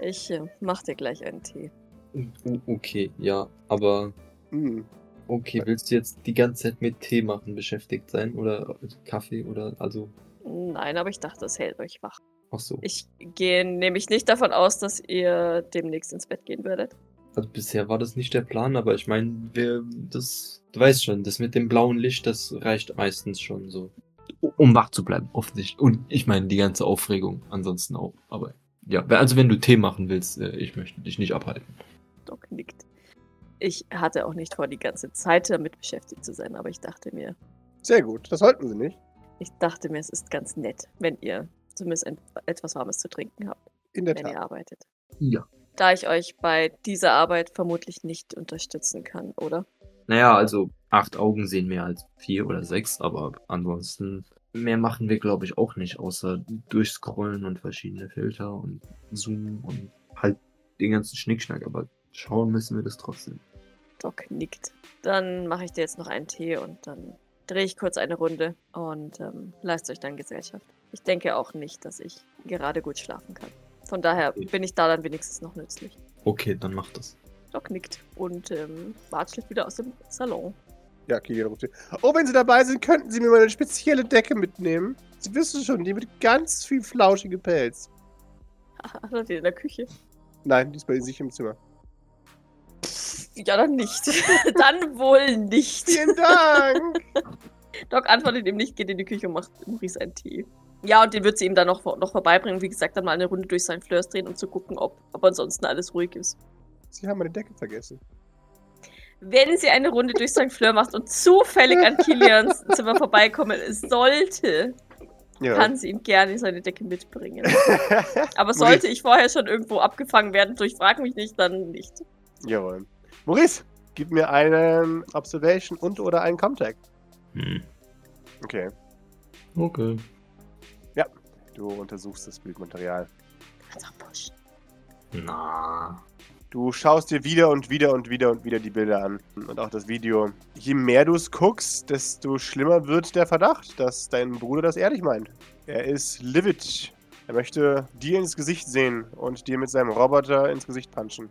Speaker 1: Ich äh, mach dir gleich einen Tee.
Speaker 3: O- Okay, ja, aber
Speaker 2: Hm.
Speaker 3: okay, willst du jetzt die ganze Zeit mit Tee machen beschäftigt sein oder Kaffee oder also
Speaker 1: Nein, aber ich dachte, es hält euch wach.
Speaker 3: ach so.
Speaker 1: Ich gehe nämlich nicht davon aus, dass ihr demnächst ins Bett gehen werdet.
Speaker 3: Also bisher war das nicht der Plan, aber ich meine, wir, das, du weißt schon, das mit dem blauen Licht, das reicht meistens schon so. Um wach zu bleiben, offensichtlich. Und ich meine, die ganze Aufregung ansonsten auch. Aber ja, also wenn du Tee machen willst, äh, ich möchte dich nicht abhalten.
Speaker 1: Doc nickt. Ich hatte auch nicht vor, die ganze Zeit damit beschäftigt zu sein, aber ich dachte mir,
Speaker 2: Sehr gut, das sollten sie nicht.
Speaker 1: ich dachte mir, es ist ganz nett, wenn ihr zumindest ein, etwas Warmes zu trinken habt,
Speaker 2: In der
Speaker 1: wenn
Speaker 2: Tat.
Speaker 1: ihr arbeitet.
Speaker 3: Ja.
Speaker 1: Da ich euch bei dieser Arbeit vermutlich nicht unterstützen kann, oder?
Speaker 3: Naja, also acht Augen sehen mehr als vier oder sechs, aber ansonsten mehr machen wir, glaube ich, auch nicht, außer durchscrollen und verschiedene Filter und zoomen und halt den ganzen Schnickschnack. Aber schauen müssen wir das trotzdem.
Speaker 1: Doc nickt. Dann mache ich dir jetzt noch einen Tee und dann drehe ich kurz eine Runde und ähm, leist euch dann Gesellschaft. Ich denke auch nicht, dass ich gerade gut schlafen kann. Von daher
Speaker 3: Okay.
Speaker 1: bin ich da dann wenigstens noch nützlich.
Speaker 3: Okay, dann mach das.
Speaker 1: Doc nickt und ähm, watschelt wieder aus dem Salon. [laughs]
Speaker 2: Ja, Kilian ruft sie. Oh, wenn sie dabei sind, könnten sie mir mal eine spezielle Decke mitnehmen. Sie wissen schon, die mit ganz viel flauschigem Pelz.
Speaker 1: Hat er die in der Küche?
Speaker 2: Nein, die ist bei sich im Zimmer.
Speaker 1: Ja, dann nicht. [laughs] dann wohl nicht.
Speaker 2: Vielen Dank! [laughs]
Speaker 1: Doc antwortet ihm nicht, geht in die Küche und macht Maurice einen Tee. Ja, und den wird sie ihm dann noch, vor- noch vorbeibringen. Wie gesagt, dann mal eine Runde durch seinen Flörs drehen, um zu gucken, ob, ob ansonsten alles ruhig ist.
Speaker 2: sie haben meine Decke vergessen.
Speaker 1: wenn sie eine Runde durch St. Fleur macht und zufällig an Kilians Zimmer vorbeikommen sollte, kann sie ihm gerne seine Decke
Speaker 2: [laughs]
Speaker 1: mitbringen. Aber sollte ich vorher schon irgendwo abgefangen werden, durch frag mich nicht, dann nicht.
Speaker 2: Jawohl. Maurice, gib mir einen Observation und oder einen Contact.
Speaker 3: Hm.
Speaker 2: Okay.
Speaker 3: Okay.
Speaker 2: Du untersuchst das Bildmaterial.
Speaker 1: Kannst auch pushen.
Speaker 3: Na.
Speaker 2: Du schaust dir wieder und wieder und wieder und wieder die Bilder an und auch das Video. Je mehr du es guckst, desto schlimmer wird der Verdacht, dass dein Bruder das ehrlich meint. Er ist livid. Er möchte dir ins Gesicht sehen und dir mit seinem Roboter ins Gesicht punchen.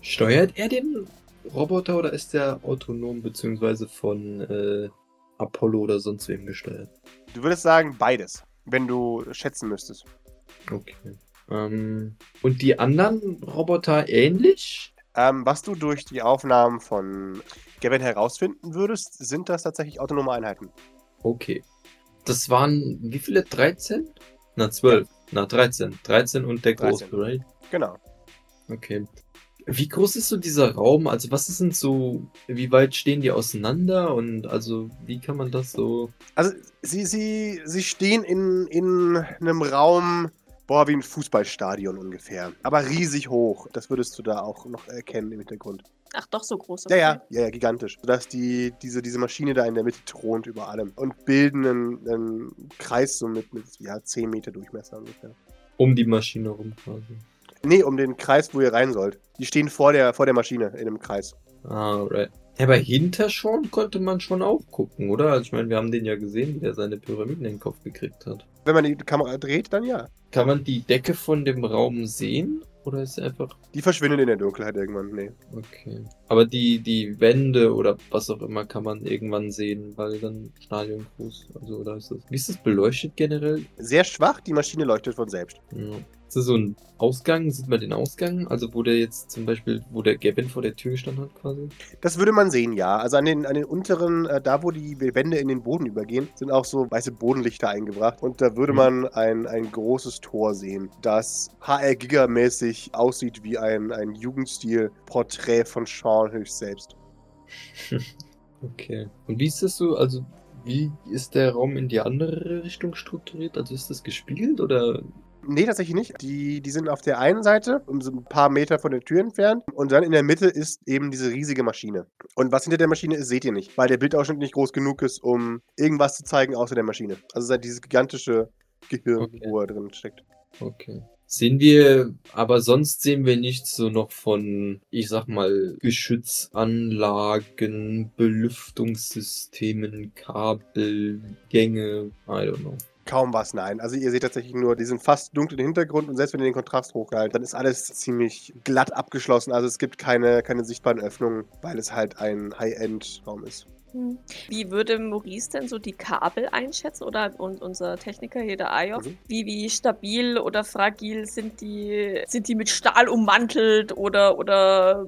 Speaker 3: Steuert er den Roboter oder ist der autonom beziehungsweise von äh, Apollo oder sonst wem gesteuert?
Speaker 2: Du würdest sagen, beides, wenn du schätzen müsstest.
Speaker 3: Okay. Ähm, und die anderen Roboter ähnlich?
Speaker 2: Ähm, was du durch die Aufnahmen von Gavin herausfinden würdest, sind das tatsächlich autonome Einheiten.
Speaker 3: Okay. Das waren wie viele? 13? Na, 12. Na, 13. 13 und der
Speaker 2: 13.
Speaker 3: Große, right?
Speaker 2: Genau.
Speaker 3: Okay. Wie groß ist so dieser Raum? Also was sind so, wie weit stehen die auseinander und also wie kann man das so
Speaker 2: Also sie, sie, sie stehen in, in einem Raum, boah, wie ein Fußballstadion ungefähr. Aber riesig hoch. Das würdest du da auch noch erkennen im Hintergrund.
Speaker 1: Ach, doch so groß.
Speaker 2: Ja, ja, ja, ja, gigantisch. Sodass die, diese, diese Maschine da in der Mitte thront über allem und bilden einen, einen Kreis so mit, mit ja, 10 Meter Durchmesser ungefähr.
Speaker 3: Um die Maschine rum quasi.
Speaker 2: Nee, um den Kreis, wo ihr rein sollt. Die stehen vor der, vor der Maschine in einem Kreis.
Speaker 3: Ah, right. Ja, aber hinter Sean konnte man schon auch gucken, oder? Also ich meine, wir haben den ja gesehen, wie der seine Pyramiden in den Kopf gekriegt hat.
Speaker 2: Wenn man die Kamera dreht, dann ja.
Speaker 3: Kann man die Decke von dem Raum sehen? Oder ist er einfach.
Speaker 2: Die verschwinden in der Dunkelheit irgendwann, nee.
Speaker 3: Okay. Aber die, die Wände oder was auch immer kann man irgendwann sehen, weil dann Stadion groß. Also, oder ist das. Wie ist das beleuchtet generell?
Speaker 2: Sehr schwach, die Maschine leuchtet von selbst.
Speaker 3: Ja. Ist das so ein Ausgang? Sieht man den Ausgang? Also, wo der jetzt zum Beispiel, wo der Gavin vor der Tür gestanden hat, quasi?
Speaker 2: Das würde man sehen, ja. Also an den, an den unteren, äh, da wo die Wände in den Boden übergehen, sind auch so weiße Bodenlichter eingebracht. Und da würde man ein, ein großes Tor sehen, das HR Giga-mäßig aussieht wie ein, ein Jugendstil-Porträt von Sean höchst selbst.
Speaker 3: okay. Und wie ist das so? Also, wie ist der Raum in die andere Richtung strukturiert? Also, ist das gespiegelt oder
Speaker 2: Nee, tatsächlich nicht. Die, die sind auf der einen Seite, um so ein paar Meter von der Tür entfernt. Und dann in der Mitte ist eben diese riesige Maschine. Und was hinter der Maschine ist, seht ihr nicht, weil der Bildausschnitt nicht groß genug ist, um irgendwas zu zeigen außer der Maschine. Also seit dieses gigantische Gehirn,
Speaker 3: Okay.
Speaker 2: wo er drin steckt.
Speaker 3: Okay. Sehen wir, aber sonst sehen wir nichts so noch von, ich sag mal, Geschützanlagen, Belüftungssystemen, Kabel, Gänge, I don't know.
Speaker 2: Kaum was, nein. Also ihr seht tatsächlich nur diesen fast dunklen Hintergrund und selbst wenn ihr den Kontrast hochgehalten, dann ist alles ziemlich glatt abgeschlossen. Also es gibt keine, keine sichtbaren Öffnungen, weil es halt ein High-End-Raum ist.
Speaker 1: Hm. Wie würde Maurice denn so die Kabel einschätzen oder und unser Techniker hier, der Ayov?
Speaker 2: Mhm.
Speaker 1: Wie, wie stabil oder fragil sind die? Sind die mit Stahl ummantelt oder, oder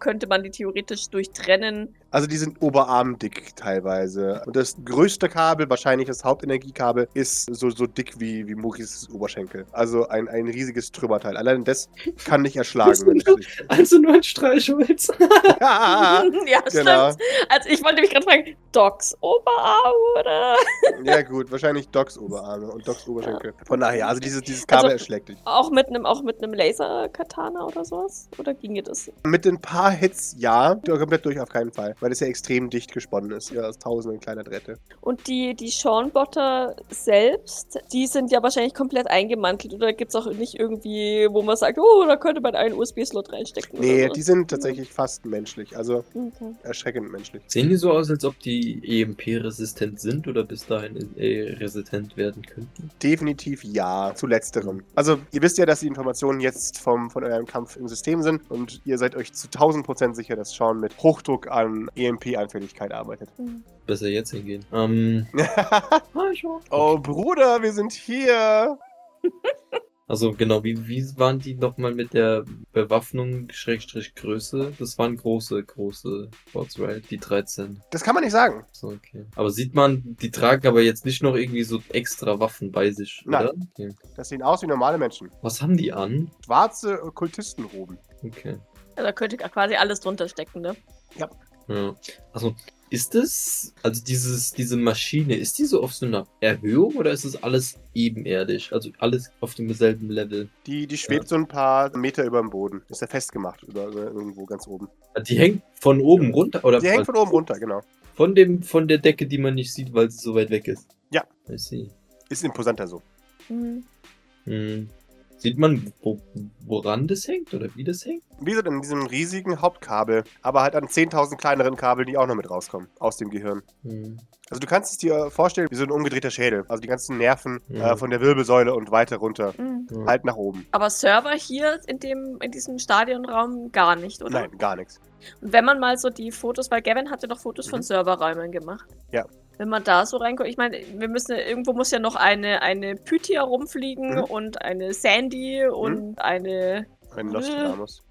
Speaker 1: könnte man die theoretisch durchtrennen?
Speaker 2: Also die sind oberarmdick teilweise. Und das größte Kabel, wahrscheinlich das Hauptenergiekabel, ist so, so dick wie, wie Muris Oberschenkel. Also ein, ein riesiges Trümmerteil. Allein das kann nicht erschlagen. wenn es nicht-
Speaker 3: Also nur ein Streichholz.
Speaker 2: ja,
Speaker 1: [laughs] ja,
Speaker 2: [laughs] genau.
Speaker 1: stimmt. Also ich wollte mich gerade fragen, Docs Oberarm oder?
Speaker 2: Ja gut, wahrscheinlich Docs Oberarme und Docs Oberschenkel. Von daher, also dieses, dieses Kabel
Speaker 1: Also-
Speaker 2: erschlägt dich.
Speaker 1: Auch mit einem auch mit einem Laser-Katana oder sowas? Oder ginge das?
Speaker 2: Mit ein paar Hits ja, komplett durch auf keinen Fall, weil es ja extrem dicht gesponnen ist. Ja, aus tausenden kleiner Drähte.
Speaker 1: Und die, die Sean-Botter selbst, die sind ja wahrscheinlich komplett eingemantelt. Oder gibt es auch nicht irgendwie, wo man sagt, oh, da könnte man einen USB-Slot reinstecken?
Speaker 2: Nee,
Speaker 1: oder
Speaker 2: die
Speaker 1: so.
Speaker 2: sind tatsächlich fast menschlich, also
Speaker 1: Okay.
Speaker 2: erschreckend menschlich.
Speaker 3: [laughs] Sehen die so aus, als ob die EMP-resistent sind oder bis dahin äh, resistent werden könnten?
Speaker 2: Definitiv ja, zu letzterem. Also, ihr wisst ja, dass die Informationen jetzt vom, von eurem Kampf im System sind und ihr seid euch zu 1000% sicher, dass Sean mit Hochdruck an EMP-Anfälligkeit arbeitet.
Speaker 1: Hm.
Speaker 3: Besser jetzt hingehen. Ähm, ah, ich war-
Speaker 2: oh, Bruder, wir sind hier!
Speaker 3: Also genau, wie, wie waren die nochmal mit der Bewaffnung, Schrägstrich Größe? Das waren große, große Bots, right? Die 13.
Speaker 2: Das kann man nicht sagen.
Speaker 3: So, okay. Aber sieht man, die tragen aber jetzt nicht noch irgendwie so extra Waffen bei sich,
Speaker 2: Nein.
Speaker 3: oder? Okay.
Speaker 2: Das sehen aus wie normale Menschen.
Speaker 3: Was haben die an?
Speaker 2: Schwarze Okkultistenroben.
Speaker 3: Okay.
Speaker 1: Ja, da könnte quasi alles drunter stecken, ne?
Speaker 3: Ja. Also, ist das, also dieses, diese Maschine, ist die so auf so einer Erhöhung oder ist das alles ebenerdig? Also alles auf demselben Level?
Speaker 2: Die, die schwebt so ein paar Meter über dem Boden. Ist ja festgemacht oder oder irgendwo ganz oben.
Speaker 3: Die hängt von oben runter oder
Speaker 2: Die hängt von oben runter, genau.
Speaker 3: von dem, von der Decke, die man nicht sieht, weil sie so weit weg ist.
Speaker 2: Ja.
Speaker 3: I see.
Speaker 2: Ist imposanter so.
Speaker 3: Hm. Sieht man, wo, woran das hängt oder wie das hängt?
Speaker 2: Wie gesagt, in diesem riesigen Hauptkabel, aber halt an 10.000 kleineren Kabeln, die auch noch mit rauskommen aus dem Gehirn.
Speaker 3: Hm.
Speaker 2: Also du kannst es dir vorstellen wie so ein umgedrehter Schädel. Also die ganzen Nerven
Speaker 3: Mhm.
Speaker 2: äh, von der Wirbelsäule und weiter runter.
Speaker 3: Ja.
Speaker 2: Halt nach oben.
Speaker 1: Aber Server hier in, dem, in diesem Stadionraum gar nicht, oder?
Speaker 2: Nein, gar nichts.
Speaker 1: Und wenn man mal so die Fotos, weil Gavin hatte doch Fotos von
Speaker 2: Mhm.
Speaker 1: Serverräumen gemacht.
Speaker 2: Ja.
Speaker 1: Wenn man da so reinguckt, ich meine, wir müssen ja- irgendwo muss ja noch eine, eine Pythia rumfliegen
Speaker 2: Mhm.
Speaker 1: und eine Sandy und eine.
Speaker 2: Ein
Speaker 1: Mhm.
Speaker 2: Nostradamus.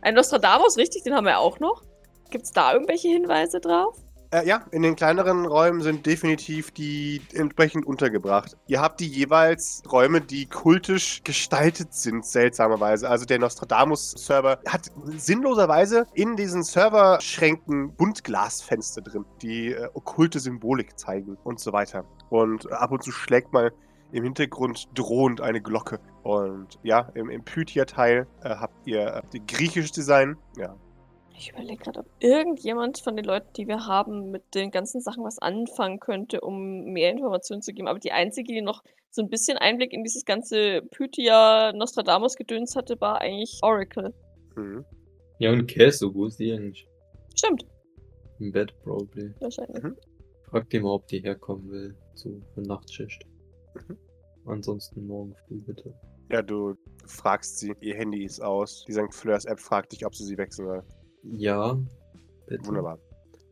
Speaker 1: Ein Nostradamus, richtig, den haben wir auch noch. Gibt's da irgendwelche Hinweise drauf?
Speaker 2: Äh, ja, in den kleineren Räumen sind definitiv die entsprechend untergebracht. Ihr habt die jeweils Räume, die kultisch gestaltet sind, seltsamerweise. Also der Nostradamus-Server hat sinnloserweise in diesen Serverschränken Buntglasfenster drin, die äh, okkulte Symbolik zeigen und so weiter. Und ab und zu schlägt mal Im Hintergrund drohend eine Glocke. Und ja, im, im Pythia-Teil äh, habt ihr äh, die griechische Design. Ja,
Speaker 1: Ich überlege gerade, ob irgendjemand von den Leuten, die wir haben, mit den ganzen Sachen was anfangen könnte, um mehr Informationen zu geben. Aber die einzige, die noch so ein bisschen Einblick in dieses ganze Pythia-Nostradamus-Gedöns hatte, war eigentlich Oracle.
Speaker 2: mhm.
Speaker 3: Ja, und Cass, wo ist die eigentlich?
Speaker 1: Stimmt,
Speaker 3: Im Bett, probably.
Speaker 1: wahrscheinlich.
Speaker 2: Mhm.
Speaker 3: Frag die mal, ob die herkommen will zu einer Nachtschicht.
Speaker 2: Mhm.
Speaker 3: Ansonsten morgen früh bitte.
Speaker 2: ja du fragst sie, ihr Handy ist aus. Die St. Fleurs App fragt dich, ob sie sie wechseln soll.
Speaker 3: Ja, bitte.
Speaker 2: Wunderbar.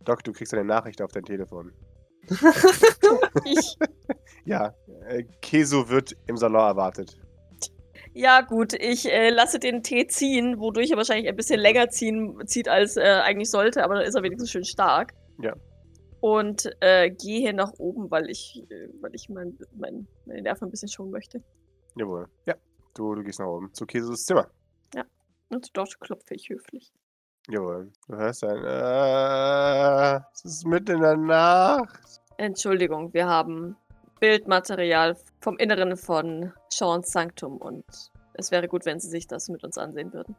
Speaker 2: Doc, du kriegst eine Nachricht auf dein Telefon.
Speaker 1: Ich,
Speaker 2: Ja, äh, Keso wird im Salon erwartet.
Speaker 1: ja, gut, ich äh, lasse den Tee ziehen, wodurch er wahrscheinlich ein bisschen länger ziehen, zieht, als äh, eigentlich sollte, aber dann ist er wenigstens schön stark.
Speaker 2: Ja.
Speaker 1: Und äh, gehe nach oben, weil ich, äh, weil ich mein, mein, meine Nerven ein bisschen schonen möchte.
Speaker 2: Jawohl. Ja, du, du gehst nach oben zu Kesos Zimmer.
Speaker 1: Und dort klopfe ich höflich.
Speaker 2: Jawohl. Du hörst ein. Äh, es ist mitten in der Nacht.
Speaker 1: Entschuldigung, wir haben Bildmaterial vom Inneren von Sean's Sanctum und es wäre gut, wenn Sie sich das mit uns ansehen würden.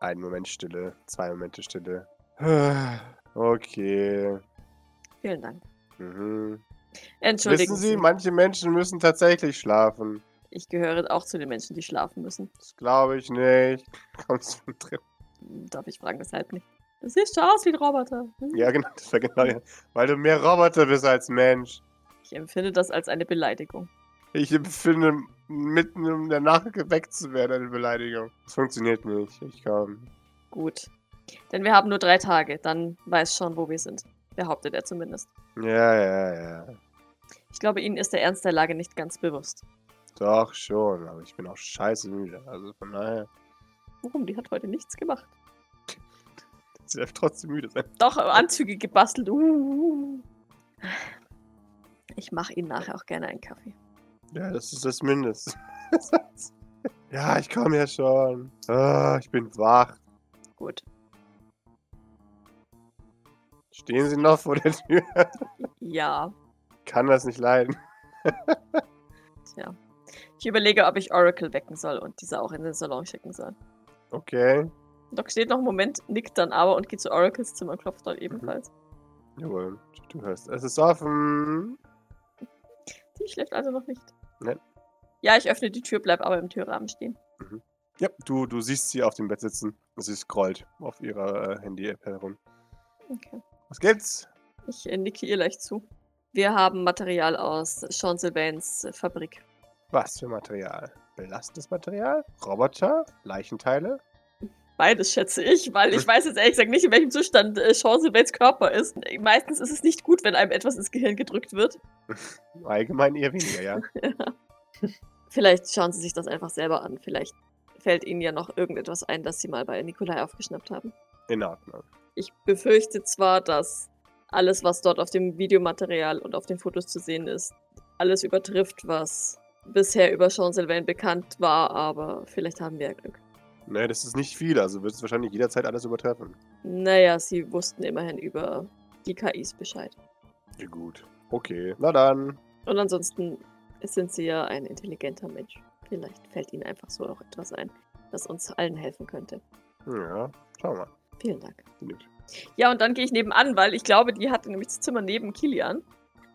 Speaker 2: Ein Moment Stille, zwei Momente Stille. [sighs] Okay.
Speaker 1: Vielen Dank.
Speaker 2: Mhm.
Speaker 1: Entschuldigen
Speaker 2: Wissen Sie, manche Menschen müssen tatsächlich schlafen.
Speaker 1: ich gehöre auch zu den Menschen, die schlafen müssen.
Speaker 2: Das glaube ich nicht. [laughs] Kommst du drin?
Speaker 1: Darf ich fragen, weshalb nicht? Du siehst schon aus wie ein Roboter. Hm?
Speaker 2: Ja, genau, [laughs] das war genau. ja. Weil du mehr Roboter bist als Mensch.
Speaker 1: Ich empfinde das als eine Beleidigung.
Speaker 2: Ich empfinde, mitten in der Nacht geweckt zu werden, eine Beleidigung. Das funktioniert nicht. Ich kann.
Speaker 1: Gut. Denn wir haben nur drei Tage, dann weiß schon, wo wir sind. Behauptet er zumindest.
Speaker 2: Ja, ja, ja.
Speaker 1: Ich glaube, Ihnen ist der Ernst der Lage nicht ganz bewusst.
Speaker 2: Doch schon, aber ich bin auch scheiße müde. Also von daher,
Speaker 1: Warum? Die hat heute nichts gemacht.
Speaker 2: sie darf trotzdem müde sein.
Speaker 1: Doch, Anzüge gebastelt. Uh. Ich mache Ihnen nachher auch gerne einen Kaffee.
Speaker 2: Ja, das ist das Mindeste. [laughs] ja, ich komme ja schon. Ah, ich bin wach.
Speaker 1: Gut.
Speaker 2: Stehen Sie noch vor der Tür?
Speaker 1: Ja,
Speaker 2: Kann das nicht leiden.
Speaker 1: tja. Ich überlege, ob ich Oracle wecken soll und diese auch in den Salon schicken soll.
Speaker 2: Okay.
Speaker 1: Doc steht noch einen Moment, nickt dann aber und geht zu Oracles Zimmer und klopft dort ebenfalls.
Speaker 2: Jawohl, du hörst. Es ist offen.
Speaker 1: Die schläft also noch nicht.
Speaker 2: Nein.
Speaker 1: Ja, ich öffne die Tür, bleib aber im Türrahmen stehen.
Speaker 2: Ja, du, du siehst sie auf dem Bett sitzen. Sie scrollt auf ihrer äh, Handy-App herum.
Speaker 1: Okay.
Speaker 2: Was gibt's?
Speaker 1: Ich äh, nicke ihr leicht zu. Wir haben Material aus Sean Sylvains äh, Fabrik.
Speaker 2: Was für Material? Belastendes Material? Roboter? Leichenteile?
Speaker 1: Beides schätze ich, weil ich weiß jetzt ehrlich gesagt nicht, in welchem Zustand äh, Sean Sylvains Körper ist. Meistens ist es nicht gut, wenn einem etwas ins Gehirn gedrückt wird.
Speaker 2: Allgemein eher weniger, ja.
Speaker 1: Vielleicht schauen Sie sich das einfach selber an. Vielleicht fällt Ihnen ja noch irgendetwas ein, das Sie mal bei Nikolai aufgeschnappt haben.
Speaker 2: In Ordnung.
Speaker 1: Ich befürchte zwar, dass alles, was dort auf dem Videomaterial und auf den Fotos zu sehen ist, alles übertrifft, was bisher über Sean Sylvain bekannt war, aber vielleicht haben wir ja Glück.
Speaker 2: Ne, das ist nicht viel, also wird es wahrscheinlich jederzeit alles übertreffen.
Speaker 1: Naja, Sie wussten immerhin über die KIs Bescheid.
Speaker 2: Ja, gut. Okay, na dann.
Speaker 1: Und ansonsten sind Sie ja ein intelligenter Mensch. Vielleicht fällt Ihnen einfach so noch etwas ein, das uns allen helfen könnte.
Speaker 2: Ja, schau mal.
Speaker 1: Vielen Dank.
Speaker 2: Gut.
Speaker 1: Ja, und dann gehe ich nebenan, weil ich glaube, die hatte nämlich das Zimmer neben Kilian.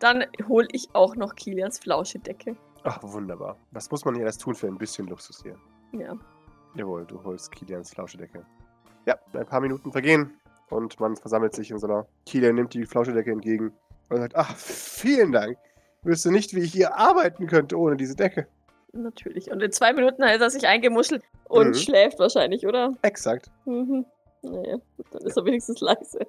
Speaker 1: Dann hole ich auch noch Kilians Flauschedecke.
Speaker 2: Ach, wunderbar. Was muss man hier alles tun für ein bisschen Luxus hier?
Speaker 1: Ja.
Speaker 2: Jawohl, du holst Kilians Flauschedecke. Ja, ein paar Minuten vergehen und man versammelt sich im Salon. Kilian nimmt die Flauschedecke entgegen und sagt, ach, vielen Dank. Wüsste nicht, wie ich hier arbeiten könnte ohne diese Decke.
Speaker 1: Natürlich. Und in zwei Minuten hat er sich eingemuschelt und
Speaker 2: Mhm.
Speaker 1: schläft wahrscheinlich, oder?
Speaker 2: Exakt.
Speaker 1: Mhm. Naja, gut, dann ist er wenigstens leise.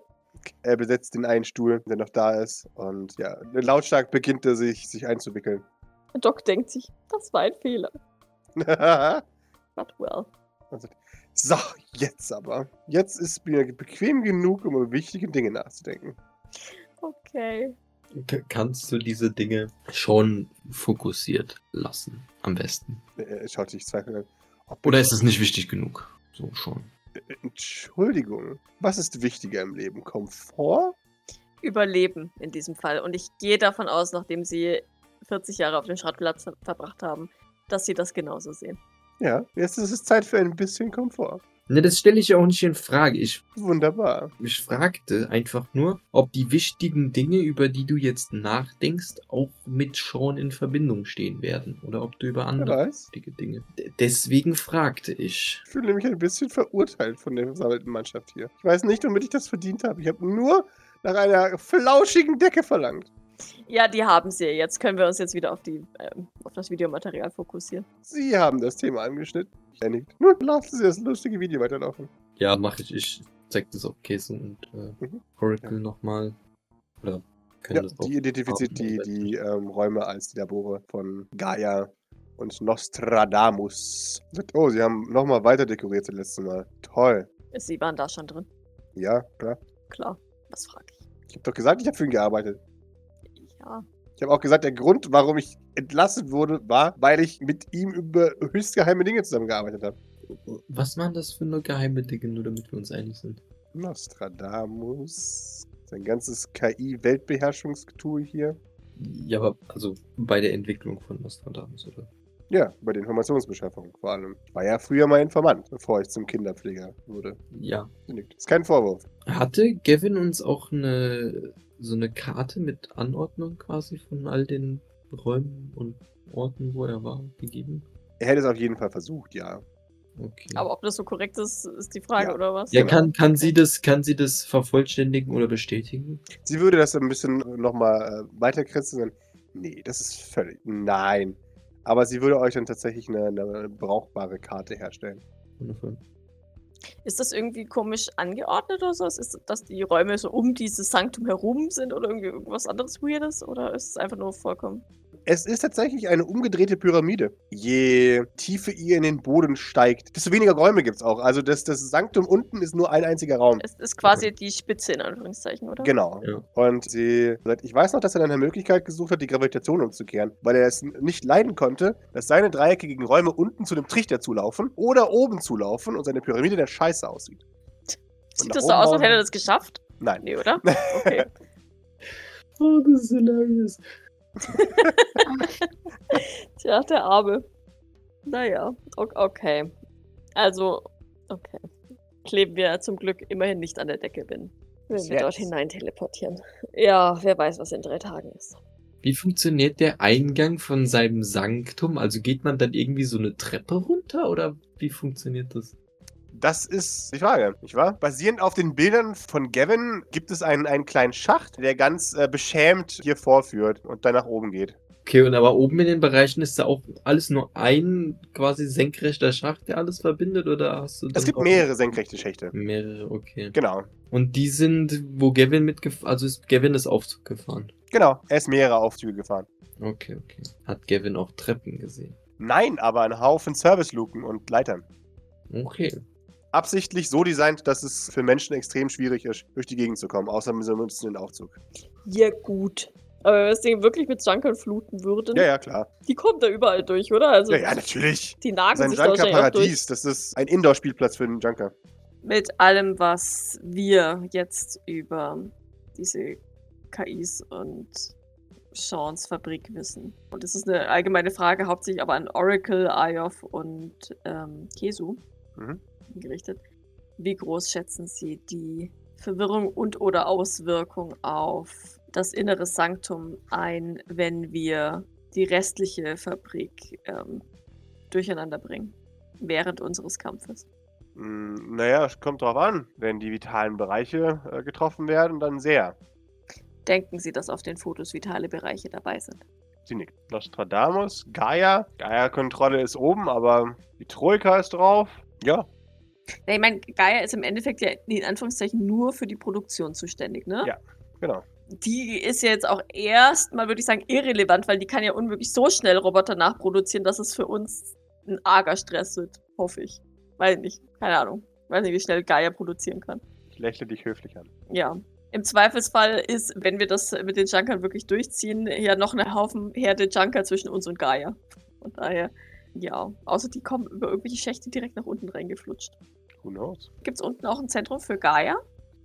Speaker 2: Er besetzt den einen Stuhl, der noch da ist. Und ja, lautstark beginnt er sich, sich einzuwickeln. [laughs]
Speaker 1: Und Doc denkt sich, das war ein Fehler.
Speaker 2: so,
Speaker 1: But well.
Speaker 2: jetzt aber. Jetzt ist mir bequem genug, um über wichtige Dinge nachzudenken.
Speaker 1: Okay.
Speaker 3: K- Kannst du diese Dinge schon fokussiert lassen, am besten?
Speaker 2: Er- Er schaut sich zweifelnd an. Ob-
Speaker 3: Oder ist es nicht wichtig genug? So schon.
Speaker 2: Entschuldigung. Was ist wichtiger im Leben? Komfort?
Speaker 1: Überleben in diesem Fall. Und ich gehe davon aus, nachdem sie 40 Jahre auf dem Schrottplatz ver verbracht haben, dass sie das genauso sehen.
Speaker 2: Ja, jetzt ist es Zeit für ein bisschen Komfort.
Speaker 3: Ne, das stelle ich ja auch nicht in Frage. Ich,
Speaker 2: Wunderbar.
Speaker 3: ich fragte einfach nur, ob die wichtigen Dinge, über die du jetzt nachdenkst, auch mit Sean in Verbindung stehen werden. Oder ob du über
Speaker 2: Wer
Speaker 3: andere
Speaker 2: weiß.
Speaker 3: wichtige Dinge. D deswegen fragte ich.
Speaker 2: Ich fühle mich ein bisschen verurteilt von der versammelten Mannschaft hier. Ich weiß nicht, womit ich das verdient habe. Ich habe nur nach einer flauschigen Decke verlangt.
Speaker 1: Ja, die haben sie. Jetzt können wir uns jetzt wieder auf, die, ähm, auf das Videomaterial fokussieren.
Speaker 2: Sie haben das Thema angeschnitten. Er nickt. Nun lassen Sie das lustige Video weiterlaufen.
Speaker 3: Ja, mache ich. Ich zeig das auf Käse und äh,
Speaker 2: Mhm.
Speaker 3: Oracle nochmal. Oder können
Speaker 2: Ja,
Speaker 3: das auch.
Speaker 2: die identifiziert die, die ähm, Räume als die Labore von Gaia und Nostradamus. Oh, sie haben nochmal weiter dekoriert das letzte Mal. Toll.
Speaker 1: Sie waren da schon drin.
Speaker 2: Ja, klar.
Speaker 1: Klar. Was frage ich?
Speaker 2: Ich habe doch gesagt, ich habe für ihn gearbeitet.
Speaker 1: Ja.
Speaker 2: Ich habe auch gesagt, der Grund, warum ich entlassen wurde, war, weil ich mit ihm über höchstgeheime Dinge zusammengearbeitet habe.
Speaker 3: Was waren das für eine geheime Dinge, nur damit wir uns einig sind?
Speaker 2: Nostradamus. Sein ganzes KI-Weltbeherrschungsgetue hier.
Speaker 3: Ja, aber also bei der Entwicklung von Nostradamus, oder?
Speaker 2: Ja, bei der Informationsbeschaffung vor allem. Ich war ja früher mal Informant, bevor ich zum Kinderpfleger wurde.
Speaker 3: Ja.
Speaker 2: Sie nickt. Ist kein Vorwurf.
Speaker 3: Hatte Gavin uns auch eine so eine Karte mit Anordnung quasi von all den Räumen und Orten, wo er war, gegeben?
Speaker 2: Er hätte es auf jeden Fall versucht, ja.
Speaker 3: Okay.
Speaker 1: Aber ob das so korrekt ist, ist die Frage,
Speaker 2: Ja.
Speaker 1: oder was?
Speaker 3: ja, kann, kann sie das, kann sie das vervollständigen oder bestätigen?
Speaker 2: Sie würde das ein bisschen nochmal äh, weiterkritzeln. Nee, das ist völlig. Nein. Aber sie würde euch dann tatsächlich eine, eine brauchbare Karte herstellen.
Speaker 3: Wundervoll.
Speaker 1: Ist das irgendwie komisch angeordnet oder so? Ist dass die Räume so um dieses Sanktum herum sind oder irgendwie irgendwas anderes Weirdes? Oder ist es einfach nur vollkommen?
Speaker 2: Es ist tatsächlich eine umgedrehte Pyramide. Je tiefer ihr in den Boden steigt, desto weniger Räume gibt es auch. Also das, das Sanktum unten ist nur ein einziger Raum.
Speaker 1: Es ist quasi die Spitze in Anführungszeichen, oder?
Speaker 2: Genau.
Speaker 3: Ja.
Speaker 2: Und sie sagt, ich weiß noch, dass er nach einer Möglichkeit gesucht hat, die Gravitation umzukehren, weil er es n- nicht leiden konnte, dass seine dreieckigen Räume unten zu einem Trichter zulaufen oder oben zulaufen und seine Pyramide der Scheiße aussieht.
Speaker 1: Sieht
Speaker 2: nach
Speaker 1: das so
Speaker 2: oben
Speaker 1: aus, als
Speaker 2: hauen.
Speaker 1: hätte er das geschafft?
Speaker 2: [laughs] Nein.
Speaker 1: Nee, oder? Okay.
Speaker 3: Oh, das ist hilarious.
Speaker 1: Tja, der Arme. Naja, o- okay. Also, okay. Kleben wir zum Glück immerhin nicht an der Decke bin. Wenn
Speaker 2: Bis
Speaker 1: wir dort
Speaker 2: jetzt.
Speaker 1: hinein teleportieren. Ja, wer weiß, was in drei Tagen ist.
Speaker 3: Wie funktioniert der Eingang von seinem Sanktum? Also geht man dann irgendwie so eine Treppe runter oder wie funktioniert das?
Speaker 2: Das ist die Frage, nicht wahr? Basierend auf den Bildern von Gavin gibt es einen, einen kleinen Schacht, der ganz äh, beschämt hier vorführt und dann nach oben geht.
Speaker 3: Okay, und aber oben in den Bereichen ist da auch alles nur ein quasi senkrechter Schacht, der alles verbindet, oder hast du
Speaker 2: Es
Speaker 3: dann
Speaker 2: gibt
Speaker 3: auch-
Speaker 2: mehrere senkrechte Schächte.
Speaker 3: Mehrere, okay.
Speaker 2: Genau,
Speaker 3: Und die sind, wo Gavin mitgef also ist Gavin ist Aufzug gefahren.
Speaker 2: genau. Er ist mehrere Aufzüge gefahren.
Speaker 3: Okay, okay. Hat Gavin auch Treppen gesehen.
Speaker 2: Nein, aber ein Haufen Serviceluken und Leitern.
Speaker 3: Okay.
Speaker 2: absichtlich so designt, dass es für Menschen extrem schwierig ist, durch die Gegend zu kommen, außer mit so einem bisschen
Speaker 1: Also
Speaker 2: Aufzug.
Speaker 1: Ja, gut. Aber wenn wir das Ding wirklich mit Junkern fluten würden,
Speaker 2: Ja, ja, klar.
Speaker 1: die kommen da überall durch, oder? Also,
Speaker 2: Ja, ja, natürlich.
Speaker 1: die nagen
Speaker 2: Sein
Speaker 1: sich da wahrscheinlich auch durch.
Speaker 2: Junker-Paradies, das ist ein Indoor-Spielplatz für einen Junker.
Speaker 1: mit allem, was wir jetzt über diese KIs und Sean's Fabrik wissen. Und es ist eine allgemeine Frage, hauptsächlich aber an Oracle, Ayof und ähm, Kesu
Speaker 2: Mhm.
Speaker 1: gerichtet. Wie groß schätzen Sie die Verwirrung und oder Auswirkung auf das innere Sanktum ein, wenn wir die restliche Fabrik ähm, durcheinander bringen während unseres Kampfes?
Speaker 2: Mm, naja, es kommt drauf an. Wenn die vitalen Bereiche äh, getroffen werden, dann sehr.
Speaker 1: denken Sie, dass auf den Fotos vitale Bereiche dabei sind.
Speaker 2: Sie nickt. Nostradamus, Gaia. Gaia-Kontrolle ist oben, aber die Troika ist drauf. Ja.
Speaker 1: Ja, ich meine, Gaia ist im Endeffekt ja in Anführungszeichen nur für die Produktion zuständig, ne?
Speaker 2: Ja, genau.
Speaker 1: Die ist ja jetzt auch erstmal, würde ich sagen, irrelevant, weil die kann ja unmöglich so schnell Roboter nachproduzieren, dass es für uns ein arger Stress wird, hoffe ich. Weiß nicht, keine Ahnung. Weiß nicht, wie schnell Gaia produzieren kann.
Speaker 2: Ich lächle dich höflich an.
Speaker 1: Ja. Im Zweifelsfall ist, wenn wir das mit den Junkern wirklich durchziehen, ja noch eine Haufen Herde Junker zwischen uns und Gaia. Von daher, ja. Außer die kommen über irgendwelche Schächte direkt nach unten reingeflutscht.
Speaker 2: Who knows?
Speaker 1: Gibt es unten auch ein Zentrum für Gaia?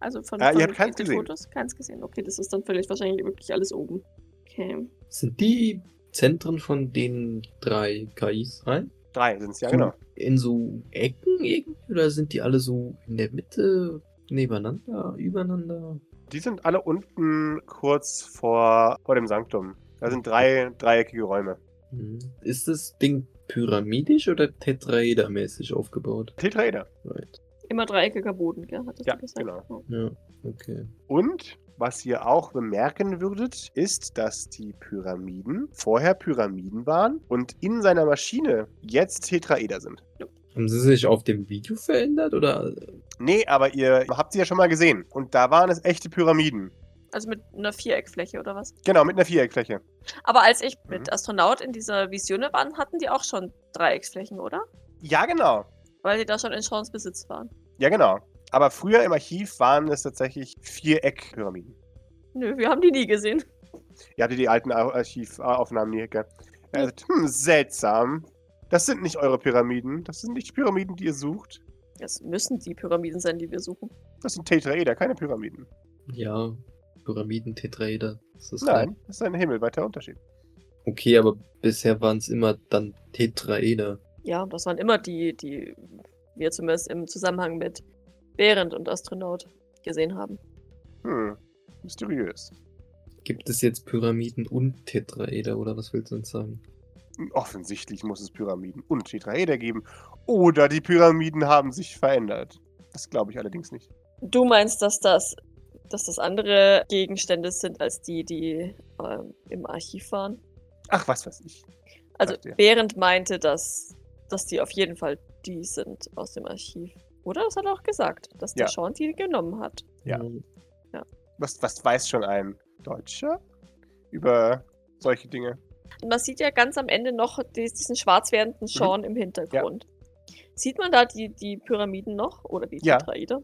Speaker 1: Also von,
Speaker 2: Ah, ihr
Speaker 1: von
Speaker 2: habt keins
Speaker 1: den
Speaker 2: gesehen.
Speaker 1: Fotos? Keins gesehen. Okay, das ist dann vielleicht wahrscheinlich wirklich alles oben. Okay.
Speaker 3: Sind die Zentren von den drei KIs rein?
Speaker 2: Drei sind es, ja, genau.
Speaker 3: In so Ecken irgendwie? Oder sind die alle so in der Mitte, nebeneinander, übereinander?
Speaker 2: Die sind alle unten kurz vor, vor dem Sanktum. Da sind drei dreieckige Räume.
Speaker 3: Hm. Ist das Ding pyramidisch oder tetraedermäßig aufgebaut?
Speaker 2: Tetraeder.
Speaker 3: Right.
Speaker 1: Immer dreieckiger Boden, gell? Hattest
Speaker 2: Ja,
Speaker 1: du gesagt?
Speaker 2: genau.
Speaker 1: Oh.
Speaker 3: Ja, okay.
Speaker 2: Und was ihr auch bemerken würdet, ist, dass die Pyramiden vorher Pyramiden waren und in seiner Maschine jetzt Tetraeder sind.
Speaker 3: Haben sie sich auf dem Video verändert oder?
Speaker 2: Nee, aber ihr habt sie ja schon mal gesehen. Und da waren es echte Pyramiden.
Speaker 1: Also mit einer Viereckfläche oder was?
Speaker 2: Genau, mit einer Viereckfläche.
Speaker 1: Aber als ich
Speaker 2: Mhm.
Speaker 1: mit Astronaut in dieser Vision war, hatten die auch schon Dreiecksflächen, oder?
Speaker 2: Ja, genau.
Speaker 1: Weil die da schon in Sean's Besitz waren.
Speaker 2: Ja, genau. Aber früher im Archiv waren es tatsächlich Viereckpyramiden.
Speaker 1: Nö, wir haben die nie gesehen.
Speaker 2: Ihr hattet die alten Ar- Archivaufnahmen hier, gell? Äh, hm, seltsam. Das sind nicht eure Pyramiden. Das sind nicht die Pyramiden, die ihr sucht.
Speaker 1: Das müssen die Pyramiden sein, die wir suchen.
Speaker 2: Das sind Tetraeder, keine Pyramiden.
Speaker 3: Ja, Pyramiden, Tetraeder. Ist das
Speaker 2: Nein, das ist ein himmelweiter Unterschied.
Speaker 3: gleich? Okay, aber bisher waren es immer dann Tetraeder.
Speaker 1: Ja, das waren immer die, die wir zumindest im Zusammenhang mit Behrend und Astronaut gesehen haben.
Speaker 2: Hm, mysteriös.
Speaker 3: Gibt es jetzt Pyramiden und Tetraeder oder was willst du uns sagen?
Speaker 2: Hm, Offensichtlich muss es Pyramiden und Tetraeder geben. Oder die Pyramiden haben sich verändert. Das glaube ich allerdings nicht.
Speaker 1: Du meinst, dass das, dass das andere Gegenstände sind als die, die ähm, im Archiv waren?
Speaker 2: Ach, was weiß ich.
Speaker 1: Also
Speaker 2: Verstehe.
Speaker 1: Behrend meinte, dass, dass die auf jeden Fall die sind aus dem Archiv. Oder? Das hat er auch gesagt, dass der
Speaker 2: Ja.
Speaker 1: Sean die genommen hat.
Speaker 2: Ja.
Speaker 3: Ähm,
Speaker 2: Was, was weiß schon ein Deutscher über solche Dinge?
Speaker 1: Und man sieht ja ganz am Ende noch die- diesen schwarz werdenden Sean im Hintergrund. Sieht man da die, die Pyramiden noch? Oder die
Speaker 2: Ja.
Speaker 1: Tetraeder?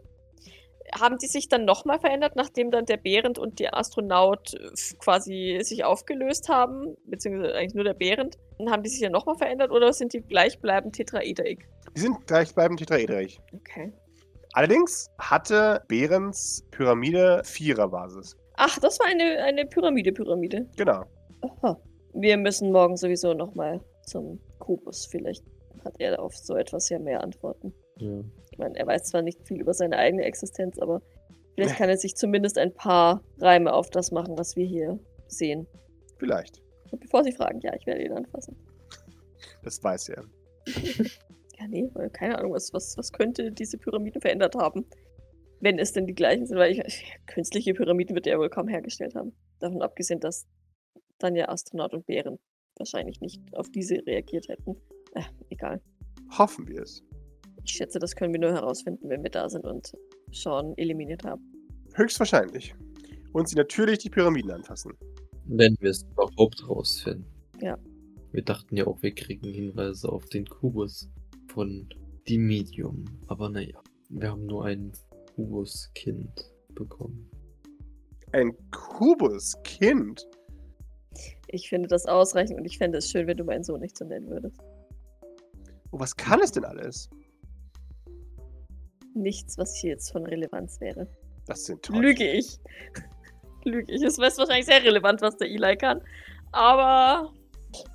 Speaker 1: Haben die sich dann nochmal verändert, nachdem dann der Behrend und der Astronaut äh, f- quasi sich aufgelöst haben? Beziehungsweise eigentlich nur der Behrend. Und haben die sich dann nochmal verändert oder sind die gleichbleibend tetraederig?
Speaker 2: Die sind gleich beim Tetraederich.
Speaker 1: Okay.
Speaker 2: Allerdings hatte Behrens Pyramide Viererbasis.
Speaker 1: Ach, das war eine, eine Pyramide-Pyramide.
Speaker 2: Genau.
Speaker 1: Aha. Wir müssen morgen sowieso nochmal zum Kubus. Vielleicht hat er auf so etwas ja mehr Antworten.
Speaker 3: ja.
Speaker 1: Ich meine, er weiß zwar nicht viel über seine eigene Existenz, aber vielleicht kann er sich zumindest ein paar Reime auf das machen, was wir hier sehen.
Speaker 2: Vielleicht.
Speaker 1: Und bevor Sie fragen, ja, ich werde ihn anfassen.
Speaker 2: Das weiß er.
Speaker 1: Ja, nee, weil keine Ahnung, was, was, was könnte diese Pyramiden verändert haben? Wenn es denn die gleichen sind, weil ich, [laughs] künstliche Pyramiden wird er wohl kaum hergestellt haben. Davon abgesehen, dass dann ja Astronaut und Bären wahrscheinlich nicht auf diese reagiert hätten. Äh, egal.
Speaker 2: Hoffen wir es.
Speaker 1: Ich schätze, das können wir nur herausfinden, wenn wir da sind und Sean eliminiert haben.
Speaker 2: Höchstwahrscheinlich. Und sie natürlich die Pyramiden anfassen.
Speaker 3: Wenn wir es überhaupt rausfinden.
Speaker 1: Ja.
Speaker 3: Wir dachten ja auch, wir kriegen Hinweise auf den Kubus von dem Medium. Aber naja, wir haben nur ein Kubuskind bekommen.
Speaker 2: Ein Kubus-Kind.
Speaker 1: Ich finde das ausreichend und ich fände es schön, wenn du meinen Sohn nicht so nennen würdest.
Speaker 2: Oh, was kann es denn alles?
Speaker 1: Nichts, was hier jetzt von Relevanz wäre.
Speaker 2: Das sind toll.
Speaker 1: Lüge ich. [laughs] Lüge ich. Es ist wahrscheinlich sehr relevant, was der Eli kann. Aber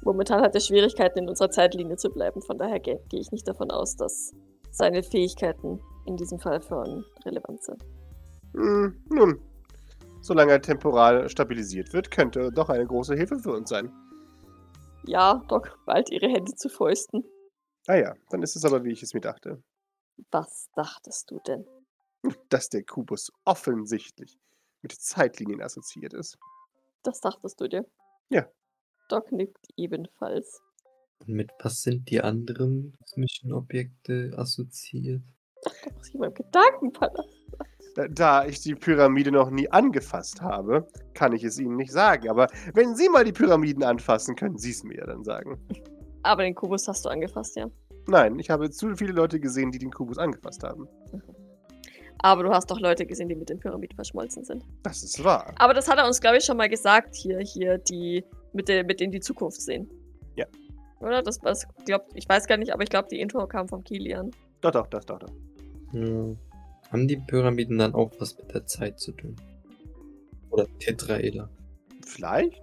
Speaker 1: momentan hat er Schwierigkeiten, in unserer Zeitlinie zu bleiben. Von daher ge- gehe ich nicht davon aus, dass seine Fähigkeiten in diesem Fall von Relevanz sind.
Speaker 2: Hm, nun, solange er temporal stabilisiert wird, könnte doch eine große Hilfe für uns sein.
Speaker 1: Ja, Doc bald ihre Hände zu Fäusten.
Speaker 2: Ah ja, dann ist es aber, wie ich es mir dachte,
Speaker 1: Was dachtest du denn?
Speaker 2: dass der Kubus offensichtlich mit Zeitlinien assoziiert ist.
Speaker 1: Das dachtest du dir?
Speaker 2: Ja.
Speaker 1: Doc nickt ebenfalls.
Speaker 3: Und mit was sind die anderen kosmischen Objekte assoziiert?
Speaker 1: Da muss ich meinem Gedankenpalast.
Speaker 2: Da- Da ich die Pyramide noch nie angefasst habe, kann ich es Ihnen nicht sagen. Aber wenn Sie mal die Pyramiden anfassen, können Sie es mir ja dann sagen.
Speaker 1: Aber den Kubus hast du angefasst, ja.
Speaker 2: Nein, ich habe zu viele Leute gesehen, die den Kubus angefasst haben.
Speaker 1: Aber du hast doch Leute gesehen, die mit den Pyramiden verschmolzen sind.
Speaker 2: Das ist wahr.
Speaker 1: Aber das hat er uns, glaube ich, schon mal gesagt, hier, hier, die, mit, der, mit denen die Zukunft sehen.
Speaker 2: Ja.
Speaker 1: Oder? Das was glaubt, ich weiß gar nicht, aber ich glaube, die Intro kam von Kilian.
Speaker 2: Doch, doch, doch, doch. doch.
Speaker 3: Ja. Haben die Pyramiden dann auch was mit der Zeit zu tun? Oder Tetraeder?
Speaker 2: Vielleicht?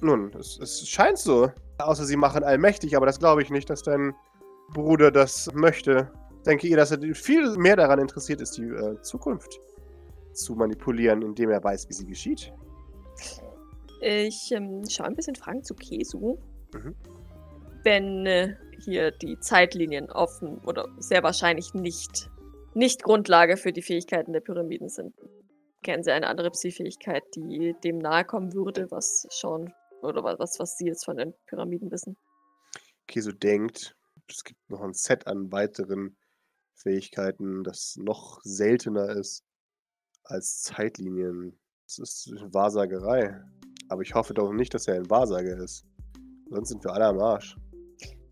Speaker 2: Nun, es, es scheint so. Außer sie machen allmächtig, aber das glaube ich nicht, dass dein Bruder das möchte. Denke ihr, dass er viel mehr daran interessiert ist, die äh, Zukunft zu manipulieren, indem er weiß, wie sie geschieht?
Speaker 1: Ich ähm, schaue ein bisschen Fragen zu Kesu.
Speaker 2: Mhm.
Speaker 1: Wenn äh, hier die Zeitlinien offen oder sehr wahrscheinlich nicht, nicht Grundlage für die Fähigkeiten der Pyramiden sind, kennen sie eine andere Psi-Fähigkeit, die dem nahe kommen würde, was schon oder wa- was, was sie jetzt von den Pyramiden wissen.
Speaker 2: Kiso denkt, es gibt noch ein Set an weiteren Fähigkeiten, das noch seltener ist als Zeitlinien. Das ist Wahrsagerei. Aber ich hoffe doch nicht, dass er ein Wahrsager ist. Sonst sind wir alle am Arsch.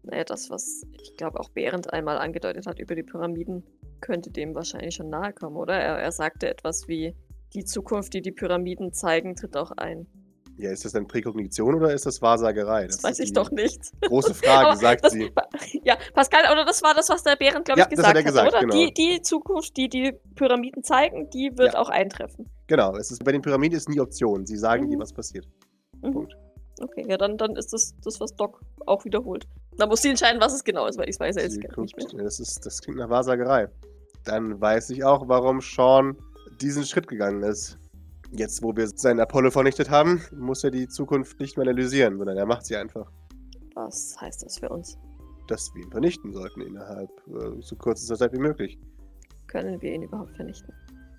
Speaker 1: Naja, das, was ich glaube auch Behrend einmal angedeutet hat über die Pyramiden, könnte dem wahrscheinlich schon nahe kommen, oder? Er, er sagte etwas wie, die Zukunft, die die Pyramiden zeigen, tritt auch ein.
Speaker 2: Ja, ist das denn Präkognition oder ist das Wahrsagerei?
Speaker 1: Das,
Speaker 2: ist
Speaker 1: weiß ich
Speaker 2: die
Speaker 1: doch nicht.
Speaker 2: Große Frage,
Speaker 1: [laughs] Oh,
Speaker 2: sagt
Speaker 1: das,
Speaker 2: sie.
Speaker 1: Ja, Pascal, oder das war das, was der Behrend, glaube
Speaker 2: Ja,
Speaker 1: ich,
Speaker 2: das hat
Speaker 1: gesagt
Speaker 2: er
Speaker 1: hat,
Speaker 2: gesagt,
Speaker 1: oder?
Speaker 2: genau.
Speaker 1: Die, die Zukunft, die die Pyramiden zeigen, die wird
Speaker 2: Ja.
Speaker 1: auch eintreffen.
Speaker 2: Genau, es ist, bei den Pyramiden ist nie Option. Sie sagen dir,
Speaker 1: Mhm.
Speaker 2: was passiert.
Speaker 1: Mhm.
Speaker 2: Punkt.
Speaker 1: Okay, ja, dann, dann ist das das, was Doc auch wiederholt. Dann muss sie entscheiden, was es genau ist, weil ich weiß ja jetzt
Speaker 2: Sie
Speaker 1: gar
Speaker 2: guckt,
Speaker 1: nicht mehr.
Speaker 2: Das, ist, das klingt nach Wahrsagerei. Dann weiß ich auch, warum Sean diesen Schritt gegangen ist. Jetzt, wo wir seinen Apollo vernichtet haben, muss er die Zukunft nicht mehr analysieren, sondern er macht sie einfach.
Speaker 1: Was heißt das für uns?
Speaker 2: Dass wir ihn vernichten sollten innerhalb äh, so kurzer Zeit wie möglich.
Speaker 1: Können wir ihn überhaupt vernichten?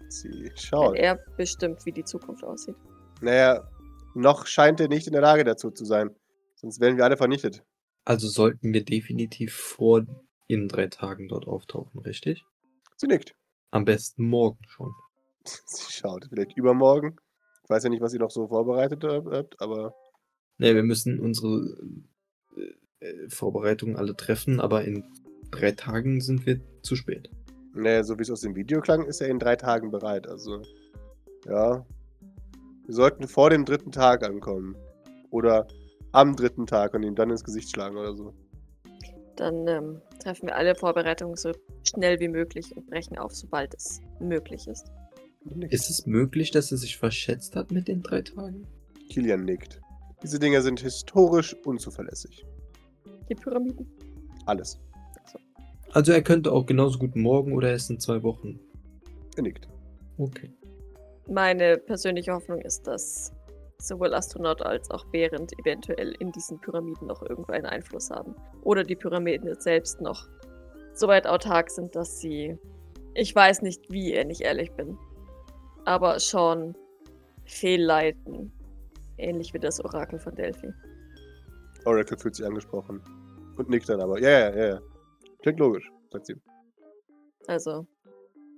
Speaker 2: Sie
Speaker 1: Wenn
Speaker 2: schaut.
Speaker 1: er bestimmt, wie die Zukunft aussieht.
Speaker 2: Naja, noch scheint er nicht in der Lage dazu zu sein. Sonst wären wir alle vernichtet.
Speaker 4: Also sollten wir definitiv vor in drei Tagen dort auftauchen, richtig?
Speaker 2: Sie nickt. [laughs]
Speaker 4: Am besten morgen schon.
Speaker 2: Sie schaut. Vielleicht übermorgen. Ich weiß ja nicht, was ihr noch so vorbereitet habt, aber
Speaker 4: Ne, wir müssen unsere äh, äh, Vorbereitungen alle treffen, aber in drei Tagen sind wir zu spät.
Speaker 2: Naja, so wie es aus dem Video klang, ist er in drei Tagen bereit. Also, ja. Wir sollten vor dem dritten Tag ankommen. Oder am dritten Tag und ihm dann ins Gesicht schlagen oder so.
Speaker 1: Dann ähm, treffen wir alle Vorbereitungen so schnell wie möglich und brechen auf, sobald es möglich ist.
Speaker 4: Ist es möglich, dass er sich verschätzt hat mit den drei Tagen?
Speaker 2: Kilian nickt. Diese Dinger sind historisch unzuverlässig.
Speaker 1: Die Pyramiden.
Speaker 2: Alles.
Speaker 4: Also er könnte auch genauso gut morgen oder erst in zwei Wochen.
Speaker 2: Er nickt.
Speaker 4: Okay.
Speaker 1: Meine persönliche Hoffnung ist, dass sowohl Astronaut als auch Behrend eventuell in diesen Pyramiden noch irgendeinen Einfluss haben. Oder die Pyramiden selbst noch so weit autark sind, dass sie. Ich weiß nicht wie, wenn ich ehrlich bin. Aber schon fehlleiten. Ähnlich wie das Orakel von Delphi.
Speaker 2: Oracle fühlt sich angesprochen. Und nickt dann aber. Ja, ja, ja, ja. Klingt logisch, sagt sie.
Speaker 1: Also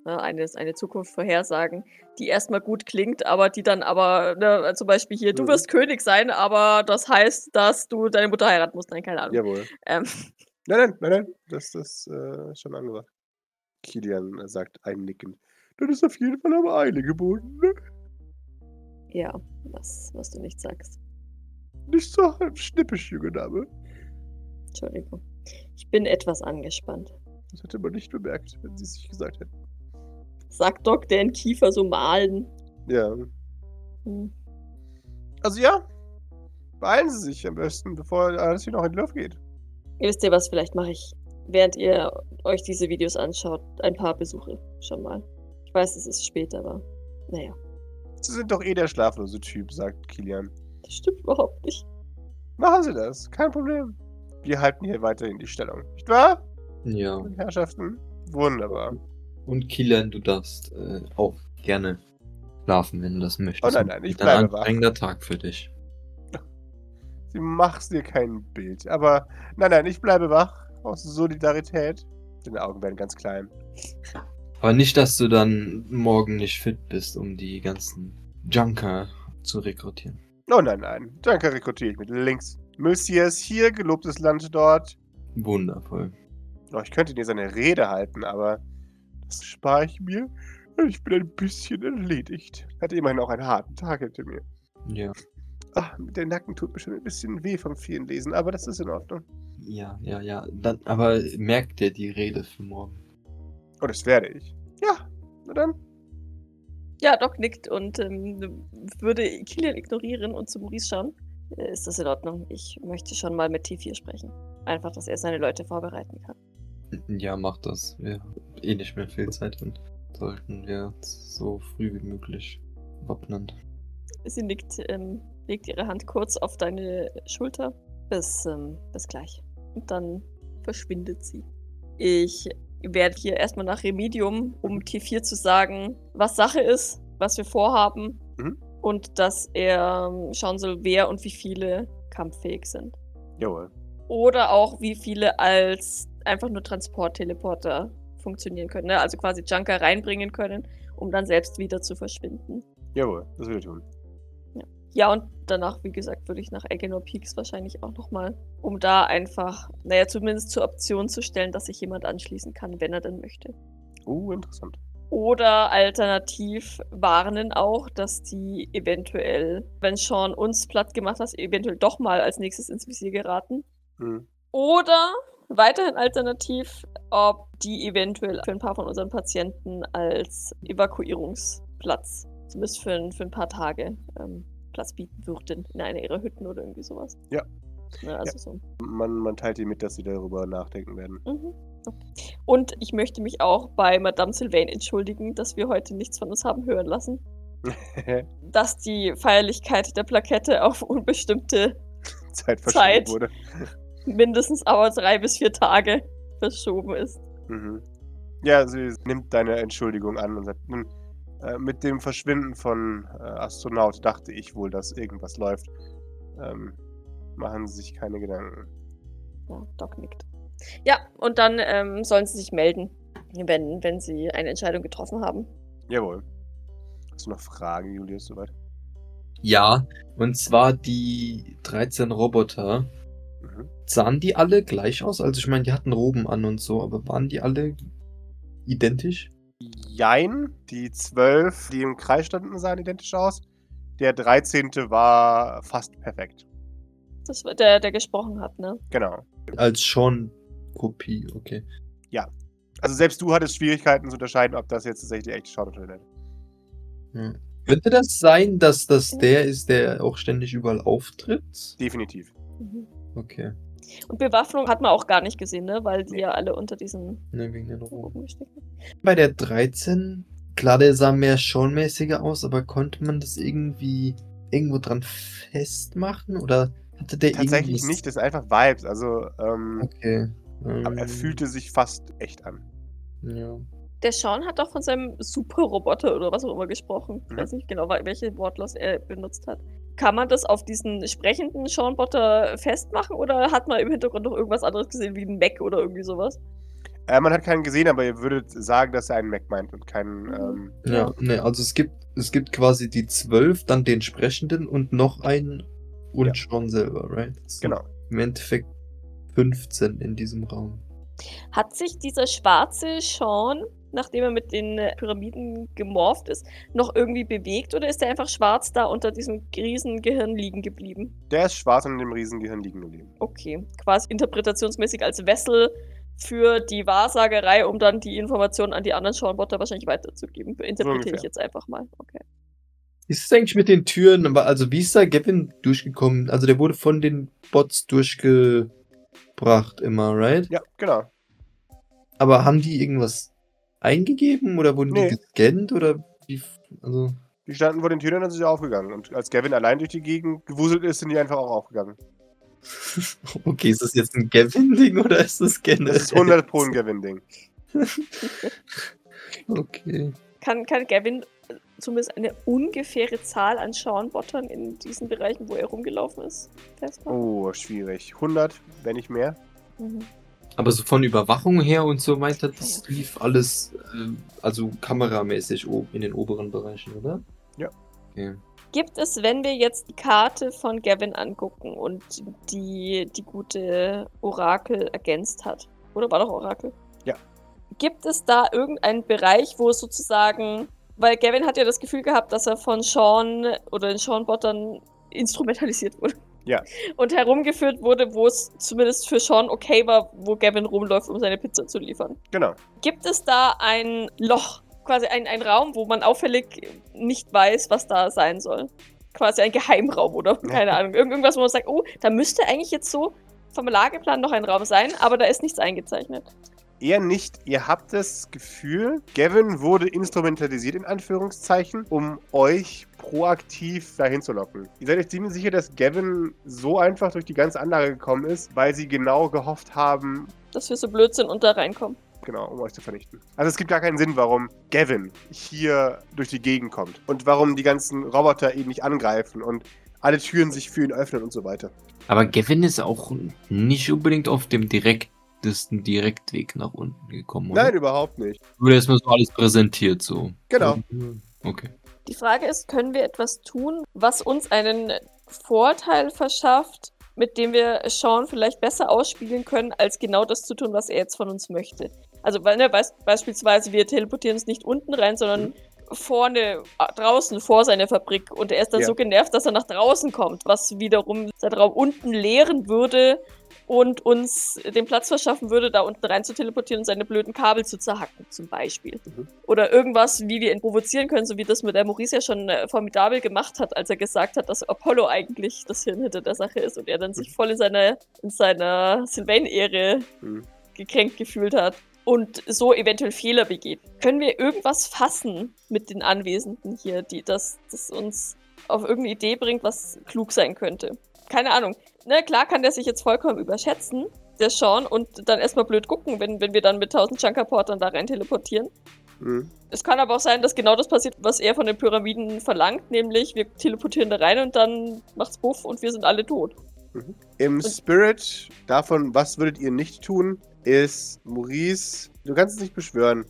Speaker 1: ne, eine, eine Zukunft vorhersagen, die erstmal gut klingt, aber die dann aber, ne, zum Beispiel hier, du
Speaker 2: Mhm.
Speaker 1: wirst König sein, aber das heißt, dass du deine Mutter heiraten musst. Nein, keine Ahnung.
Speaker 2: Jawohl.
Speaker 1: Ähm, [laughs]
Speaker 2: Nein, nein, nein, nein. Das ist äh, schon angebracht. Kilian äh, sagt einnickend. Das ist auf jeden Fall aber Eile geboten, ne?
Speaker 1: ja, was, was du nicht sagst.
Speaker 2: Nicht so halb schnippisch, junge Dame.
Speaker 1: Entschuldigung. Ich bin etwas angespannt.
Speaker 2: Das hätte man nicht bemerkt, wenn sie es sich gesagt hätten.
Speaker 1: Sagt Doc, der in Kiefer so malen.
Speaker 2: Ja.
Speaker 1: Hm.
Speaker 2: Also ja, beeilen Sie sich am besten, bevor alles hier noch in die Luft geht.
Speaker 1: Ihr wisst ihr was, vielleicht mache ich, während ihr euch diese Videos anschaut, ein paar Besuche schon mal. Ich weiß, es ist spät, aber naja,
Speaker 2: Sie sind doch eh der schlaflose Typ, sagt Kilian.
Speaker 1: das stimmt überhaupt nicht.
Speaker 2: Machen Sie das, kein Problem. Wir halten hier weiterhin die Stellung. Nicht wahr,
Speaker 4: Ja.
Speaker 2: meine Herrschaften? Wunderbar.
Speaker 4: Und Kilian, du darfst äh, auch gerne schlafen, wenn du das möchtest.
Speaker 2: Oh nein, nein, ich
Speaker 4: Wird ein
Speaker 2: bleibe wach.
Speaker 4: anstrengender Tag für dich.
Speaker 2: Sie machst dir kein Bild. Aber nein, nein, ich bleibe wach. Aus Solidarität. Deine Augen werden ganz klein.
Speaker 4: Aber nicht, dass du dann morgen nicht fit bist, um die ganzen Junker zu rekrutieren.
Speaker 2: Oh nein, nein. Danke, rekrutiere ich mit links. Monsieur ist hier, gelobtes Land dort.
Speaker 4: Wundervoll.
Speaker 2: Oh, ich könnte dir seine Rede halten, aber das spare ich mir. weil Ich bin ein bisschen erledigt. Hatte immerhin auch einen harten Tag hinter mir.
Speaker 4: Ja,
Speaker 2: Ach, der Nacken tut mir schon ein bisschen weh vom vielen Lesen, aber das ist in Ordnung.
Speaker 4: ja, ja, ja. Dann, aber merk dir die Rede für morgen.
Speaker 2: Und das werde ich. Ja, na dann.
Speaker 1: Ja, Doc nickt und ähm, würde Kilian ignorieren und zu Maurice schauen. Äh, Ist das in Ordnung? Ich möchte schon mal mit T4 sprechen. Einfach, dass er seine Leute vorbereiten kann.
Speaker 3: Ja, mach das. Wir haben eh nicht mehr viel Zeit und sollten wir so früh wie möglich wappnen.
Speaker 1: Sie nickt, ähm, legt ihre Hand kurz auf deine Schulter. Bis, ähm, bis gleich. Und dann verschwindet sie. Ich werde hier erstmal nach Remedium, um T4 zu sagen, was Sache ist, was wir vorhaben
Speaker 2: Mhm.
Speaker 1: und dass er ähm, schauen soll, wer und wie viele kampffähig sind.
Speaker 2: Jawohl.
Speaker 1: Oder auch, wie viele als einfach nur Transportteleporter funktionieren können. Ne? Also quasi Junker reinbringen können, um dann selbst wieder zu verschwinden.
Speaker 2: Jawohl, das will ich tun.
Speaker 1: Ja, und danach, wie gesagt, würde ich nach Eggenor Peaks wahrscheinlich auch nochmal, um da einfach, naja, zumindest zur Option zu stellen, dass sich jemand anschließen kann, wenn er denn möchte.
Speaker 2: Uh, interessant.
Speaker 1: Oder alternativ warnen auch, dass die eventuell, wenn Sean uns platt gemacht hat, eventuell doch mal als nächstes ins Visier geraten.
Speaker 2: Mhm.
Speaker 1: Oder weiterhin alternativ, ob die eventuell für ein paar von unseren Patienten als Evakuierungsplatz, zumindest für ein, für ein paar Tage, ähm, Platz bieten würden in einer ihrer Hütten oder irgendwie sowas.
Speaker 2: Ja.
Speaker 1: Ne, also so.
Speaker 2: Man, man teilt ihr mit, dass sie darüber nachdenken werden. [laughs]
Speaker 1: Mhm. Und ich möchte mich auch bei Madame Sylvain entschuldigen, dass wir heute nichts von uns haben hören
Speaker 2: [laughs]
Speaker 1: lassen. Dass die Feierlichkeit der Plakette auf unbestimmte
Speaker 2: Zeit verschoben
Speaker 1: Zeit.
Speaker 2: wurde.
Speaker 1: mindestens aber drei bis vier Tage verschoben ist.
Speaker 2: Mhm. Ja, sie nimmt deine Entschuldigung an und sagt, nun, äh, mit dem Verschwinden von äh, Astronaut dachte ich wohl, dass irgendwas läuft. Ähm, machen Sie sich keine Gedanken.
Speaker 1: Ja, Doc nickt. Ja, und dann ähm, sollen sie sich melden, wenn, wenn sie eine Entscheidung getroffen haben.
Speaker 2: Jawohl. Hast du noch Fragen, Julius, soweit?
Speaker 3: Ja, und zwar die 13 Roboter.
Speaker 2: Mhm.
Speaker 3: Sahen die alle gleich aus? Also ich meine, die hatten Roben an und so, aber waren die alle identisch?
Speaker 2: Jein, die zwölf, die im Kreis standen, sahen identisch aus. Der 13. war fast perfekt.
Speaker 1: Das war der, der gesprochen hat, ne?
Speaker 2: Genau.
Speaker 3: Als schon Kopie, okay.
Speaker 2: Also selbst du hattest Schwierigkeiten zu unterscheiden, ob das jetzt tatsächlich die echte Schaut oder nicht.
Speaker 3: Könnte das sein, dass das der ist, der auch ständig überall auftritt?
Speaker 2: Definitiv.
Speaker 1: Mhm.
Speaker 3: Okay,
Speaker 1: Und Bewaffnung hat man auch gar nicht gesehen, ne? Weil die
Speaker 2: Nee.
Speaker 1: ja alle unter diesen
Speaker 3: ne, wegen den Roben.
Speaker 1: Bogen gesteckt sind.
Speaker 3: Bei der 13, klar, der sah mehr schonmäßiger aus, aber konnte man das irgendwie irgendwo dran festmachen? Oder hatte der
Speaker 2: Tatsächlich
Speaker 3: irgendwas-
Speaker 2: nicht, das sind einfach Vibes. Also, ähm,
Speaker 3: Okay.
Speaker 2: Aber er
Speaker 3: ähm,
Speaker 2: fühlte sich fast echt an.
Speaker 3: Ja.
Speaker 1: Der Sean hat doch von seinem Superroboter oder was auch immer gesprochen. Ich
Speaker 2: Mhm.
Speaker 1: weiß nicht genau, wel- welche Wortlaut er benutzt hat. Kann man das auf diesen sprechenden Sean-Botter festmachen oder hat man im Hintergrund noch irgendwas anderes gesehen, wie ein Mac oder irgendwie sowas?
Speaker 2: Äh, man hat keinen gesehen, aber ihr würdet sagen, dass er einen Mac meint und keinen. Ähm,
Speaker 3: Ja, ne, also es gibt, es gibt quasi die zwölf, dann den Sprechenden und noch einen und
Speaker 2: Ja.
Speaker 3: Sean selber, right? Das sind
Speaker 2: genau.
Speaker 3: Im Endeffekt 15 in diesem Raum.
Speaker 1: Hat sich dieser schwarze Sean, nachdem er mit den äh, Pyramiden gemorpht ist, noch irgendwie bewegt oder ist er einfach schwarz da unter diesem Riesengehirn liegen geblieben?
Speaker 2: Der ist schwarz und in dem Riesengehirn liegen geblieben.
Speaker 1: Okay, quasi interpretationsmäßig als Wessel für die Wahrsagerei, um dann die Informationen an die anderen Sean-Botter wahrscheinlich weiterzugeben. Interpretiere
Speaker 2: ungefähr.
Speaker 1: ich jetzt einfach mal. Okay.
Speaker 3: Ist es eigentlich mit den Türen, aber also wie ist da Gavin durchgekommen? Also der wurde von den Bots durchgebracht immer, right?
Speaker 2: Ja, genau.
Speaker 3: Aber haben die irgendwas eingegeben oder wurden
Speaker 2: Nee.
Speaker 3: die gescannt oder wie? Also, [laughs]
Speaker 2: Die standen vor den Türen und dann sind sie aufgegangen. Und als Gavin allein durch die Gegend gewuselt ist, sind die einfach auch aufgegangen.
Speaker 3: okay, ist das jetzt ein Gavin-Ding oder ist das generell? [laughs]
Speaker 2: Das ist 100 Polen Gavin-Ding.
Speaker 3: Okay.
Speaker 1: Kann, kann Gavin äh, zumindest eine ungefähre Zahl an Sean-Bottern in diesen Bereichen, wo er rumgelaufen ist, festmachen?
Speaker 2: Oh, schwierig. 100, wenn nicht mehr.
Speaker 1: Mhm.
Speaker 3: Aber so von Überwachung her und so weiter, das lief alles, ähm, also kameramäßig oben in den oberen Bereichen, oder?
Speaker 2: Ja.
Speaker 3: Okay.
Speaker 1: Gibt es, wenn wir jetzt die Karte von Gavin angucken und die die gute Orakel ergänzt hat? Oder war doch Orakel?
Speaker 2: Ja.
Speaker 1: Gibt es da irgendeinen Bereich, wo es sozusagen, weil Gavin hat ja das Gefühl gehabt, dass er von Sean oder den Sean Bottern instrumentalisiert wurde.
Speaker 2: Ja.
Speaker 1: Und herumgeführt wurde, wo es zumindest für Sean okay war, wo Gavin rumläuft, um seine Pizza zu liefern.
Speaker 2: Genau.
Speaker 1: Gibt es da ein Loch, quasi ein, ein Raum, wo man auffällig nicht weiß, was da sein soll? quasi ein Geheimraum oder keine Ahnung. Irgend irgendwas, wo man sagt, oh, da müsste eigentlich jetzt so vom Lageplan noch ein Raum sein, aber da ist nichts eingezeichnet.
Speaker 2: Eher nicht. Ihr habt das Gefühl, Gavin wurde instrumentalisiert in Anführungszeichen, um euch proaktiv dahin zu locken. Ihr seid euch ziemlich sicher, dass Gavin so einfach durch die ganze Anlage gekommen ist, weil sie genau gehofft haben,
Speaker 1: Dass wir so blöd sind und da reinkommen.
Speaker 2: genau, um euch zu vernichten. Also es gibt gar keinen Sinn, warum Gavin hier durch die Gegend kommt und warum die ganzen Roboter ihn nicht angreifen und alle Türen sich für ihn öffnen und so weiter.
Speaker 3: Aber Gavin ist auch nicht unbedingt auf dem direktesten Direktweg nach unten gekommen. oder?
Speaker 2: Nein, überhaupt nicht.
Speaker 3: Wurde erstmal so alles präsentiert, so. Mhm.
Speaker 2: Genau.
Speaker 3: Okay.
Speaker 1: Die Frage ist, können wir etwas tun, was uns einen Vorteil verschafft, mit dem wir Sean vielleicht besser ausspielen können, als genau das zu tun, was er jetzt von uns möchte? Also, weil, ne, beis- beispielsweise, wir teleportieren uns nicht unten rein, sondern vorne, äh, draußen, vor seine Fabrik. Und er ist dann
Speaker 2: Ja.
Speaker 1: so genervt, dass er nach draußen kommt, was wiederum seinen Raum unten leeren würde und uns den Platz verschaffen würde, da unten rein zu teleportieren und seine blöden Kabel zu zerhacken, zum Beispiel oder irgendwas, wie wir ihn provozieren können, so wie das mit der Maurice ja schon äh, formidabel gemacht hat, als er gesagt hat, dass Apollo eigentlich das Hirn hinter der Sache ist und er dann sich voll in seiner, in seiner Sylvain-Ehre
Speaker 2: Mhm.
Speaker 1: gekränkt gefühlt hat und so eventuell Fehler begeht. Können wir irgendwas fassen mit den Anwesenden hier, die das, das uns auf irgendeine Idee bringt, was klug sein könnte? Keine Ahnung. Na klar kann der sich jetzt vollkommen überschätzen, der Sean, und dann erstmal blöd gucken, wenn, wenn wir dann mit 1000 Junkerportern da rein teleportieren.
Speaker 2: Mhm.
Speaker 1: Es kann aber auch sein, dass genau das passiert, was er von den Pyramiden verlangt, nämlich wir teleportieren da rein und dann macht's buff und wir sind alle tot.
Speaker 2: Im Spirit davon, was würdet ihr nicht tun, ist Maurice, du kannst es nicht beschwören,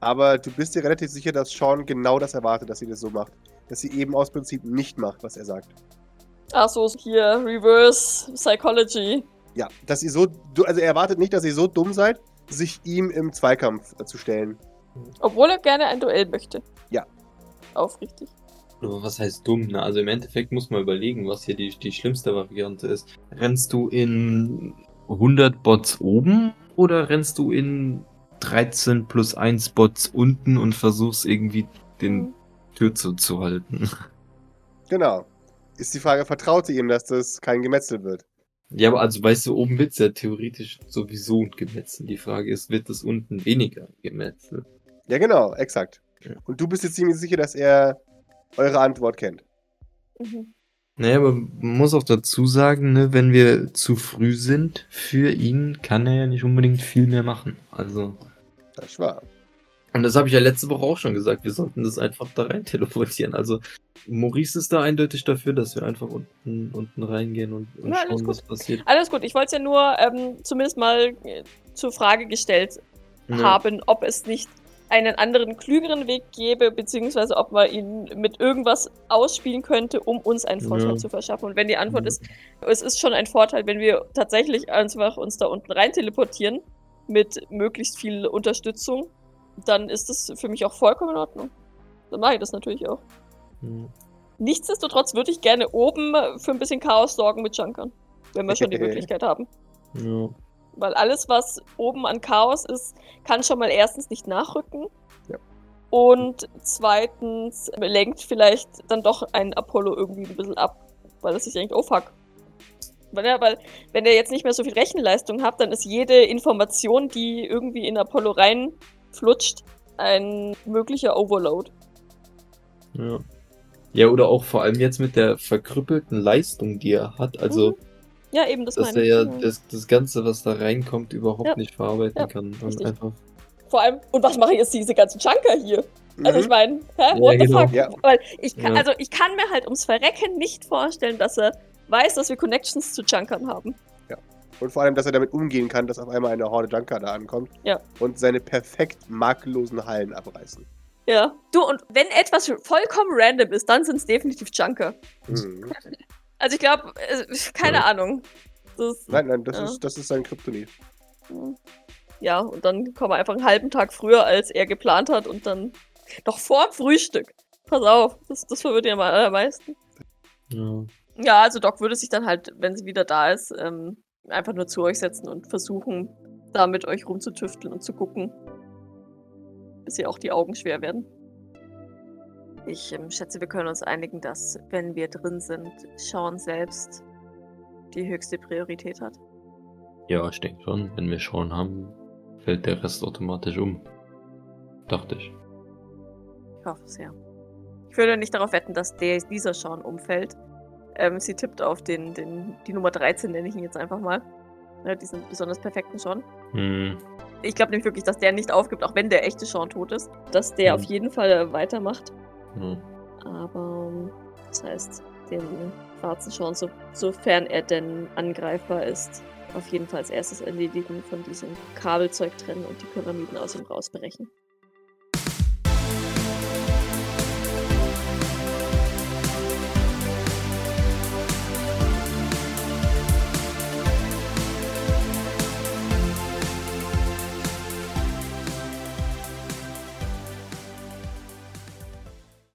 Speaker 2: aber du bist dir relativ sicher, dass Sean genau das erwartet, dass sie das so macht. Dass sie eben aus Prinzip nicht macht, was er sagt.
Speaker 1: Ach so, hier Reverse Psychology.
Speaker 2: Ja, dass ihr so, du- also er erwartet nicht, dass ihr so dumm seid, sich ihm im Zweikampf äh, zu stellen.
Speaker 1: Obwohl er gerne ein Duell möchte.
Speaker 2: Ja.
Speaker 1: Aufrichtig.
Speaker 3: Aber was heißt dumm, ne? Also im Endeffekt muss man überlegen, was hier die, die schlimmste Variante ist. Rennst du in 100 Bots oben oder rennst du in 13 plus 1 Bots unten und versuchst irgendwie den Tür zuzuhalten?
Speaker 2: Genau. Ist die Frage, vertraut sie ihm, dass das kein Gemetzel wird?
Speaker 3: [laughs] Ja, aber also weißt du, oben wird's ja theoretisch sowieso ein Gemetzel. Die Frage ist, wird es unten weniger Gemetzel?
Speaker 2: Ja, genau, exakt.
Speaker 3: Ja.
Speaker 2: Und du bist dir ziemlich sicher, dass er eure Antwort kennt.
Speaker 1: Mhm.
Speaker 3: Naja, aber man muss auch dazu sagen, ne, wenn wir zu früh sind für ihn, kann er ja nicht unbedingt viel mehr machen. Also.
Speaker 2: Das war.
Speaker 3: Und das habe ich ja letzte Woche auch schon gesagt, wir sollten das einfach da rein teleportieren. Also Maurice ist da eindeutig dafür, dass wir einfach unten, unten reingehen und, und
Speaker 1: Ja, alles
Speaker 3: schauen,
Speaker 1: gut.
Speaker 3: was passiert.
Speaker 1: Alles gut, ich wollte es ja nur ähm, zumindest mal äh, zur Frage gestellt
Speaker 3: Ne.
Speaker 1: haben, ob es nicht einen anderen, klügeren Weg gäbe, beziehungsweise ob man ihn mit irgendwas ausspielen könnte, um uns einen Vorteil
Speaker 3: Ja.
Speaker 1: zu verschaffen. Und wenn die Antwort ist, es ist schon ein Vorteil, wenn wir tatsächlich einfach uns da unten rein teleportieren mit möglichst viel Unterstützung, dann ist das für mich auch vollkommen in Ordnung. Dann mache ich das natürlich auch.
Speaker 3: Ja.
Speaker 1: Nichtsdestotrotz würde ich gerne oben für ein bisschen Chaos sorgen mit Junkern, wenn wir schon die Möglichkeit haben.
Speaker 3: Ja.
Speaker 1: Weil alles, was oben an Chaos ist, kann schon mal erstens nicht nachrücken.
Speaker 2: Ja.
Speaker 1: Und zweitens lenkt vielleicht dann doch ein Apollo irgendwie ein bisschen ab, weil er sich denkt, oh fuck. Weil, er- weil wenn er jetzt nicht mehr so viel Rechenleistung hat, dann ist jede Information, die irgendwie in Apollo reinflutscht, ein möglicher Overload.
Speaker 3: Ja. Ja, oder auch vor allem jetzt mit der verkrüppelten Leistung, die er hat. Also,
Speaker 1: Mhm. Ja, eben, das
Speaker 3: dass
Speaker 1: meine
Speaker 3: er
Speaker 1: ich.
Speaker 3: ja
Speaker 1: genau.
Speaker 3: das, das Ganze, was da reinkommt, überhaupt
Speaker 1: Ja.
Speaker 3: nicht verarbeiten
Speaker 1: Ja,
Speaker 3: kann. Und
Speaker 1: richtig.
Speaker 3: einfach.
Speaker 1: Vor allem, und was machen jetzt diese ganzen Junker hier? Also ich
Speaker 2: Mhm.
Speaker 1: meine, hä?
Speaker 3: Ja,
Speaker 1: What the
Speaker 3: genau.
Speaker 1: fuck?
Speaker 2: Ja.
Speaker 1: Weil ich kann,
Speaker 3: Ja.
Speaker 1: also ich kann mir halt ums Verrecken nicht vorstellen, dass er weiß, dass wir Connections zu Junkern haben.
Speaker 2: Und vor allem, dass er damit umgehen kann, dass auf einmal eine Horde Junker da ankommt
Speaker 1: Ja.
Speaker 2: und seine perfekt makellosen Hallen abreißen.
Speaker 1: Ja. Du, und wenn etwas vollkommen random ist, dann sind es definitiv Junker.
Speaker 2: Mhm.
Speaker 1: Also ich glaube, äh, keine
Speaker 3: Ja.
Speaker 1: Ahnung. Das,
Speaker 2: Nein, nein, das,
Speaker 1: Ja.
Speaker 2: ist, das ist sein Kryptonit.
Speaker 1: ja, und dann kommen wir einfach einen halben Tag früher, als er geplant hat und dann noch vor dem Frühstück. Pass auf, das, das verwirrt ihn am allermeisten.
Speaker 3: Ja.
Speaker 1: Ja, also Doc würde sich dann halt, wenn sie wieder da ist, ähm, einfach nur zu euch setzen und versuchen, da mit euch rumzutüfteln und zu gucken, bis ihr auch die Augen schwer werden. Ich ähm, schätze, wir können uns einigen, dass, wenn wir drin sind, Sean selbst die höchste Priorität hat.
Speaker 3: Ja, ich denke schon. Wenn wir Schauen haben, fällt der Rest automatisch um. Dachte ich.
Speaker 1: Ich hoffe es ja. Ich würde nicht darauf wetten, dass der, dieser Sean umfällt. Ähm, sie tippt auf den, den, die Nummer 13, nenne ich ihn jetzt einfach mal. Ja, diesen besonders perfekten Sean.
Speaker 3: Hm.
Speaker 1: Ich glaube nämlich wirklich, dass der nicht aufgibt, auch wenn der echte Sean tot ist. Dass der
Speaker 3: Mhm.
Speaker 1: auf jeden Fall äh, weitermacht.
Speaker 3: Ja.
Speaker 1: Aber ähm, das heißt, den schwarzen Sean, so, sofern er denn angreifbar ist, auf jeden Fall als erstes erledigen, von diesem Kabelzeug trennen und die Pyramiden aus ihm rausbrechen.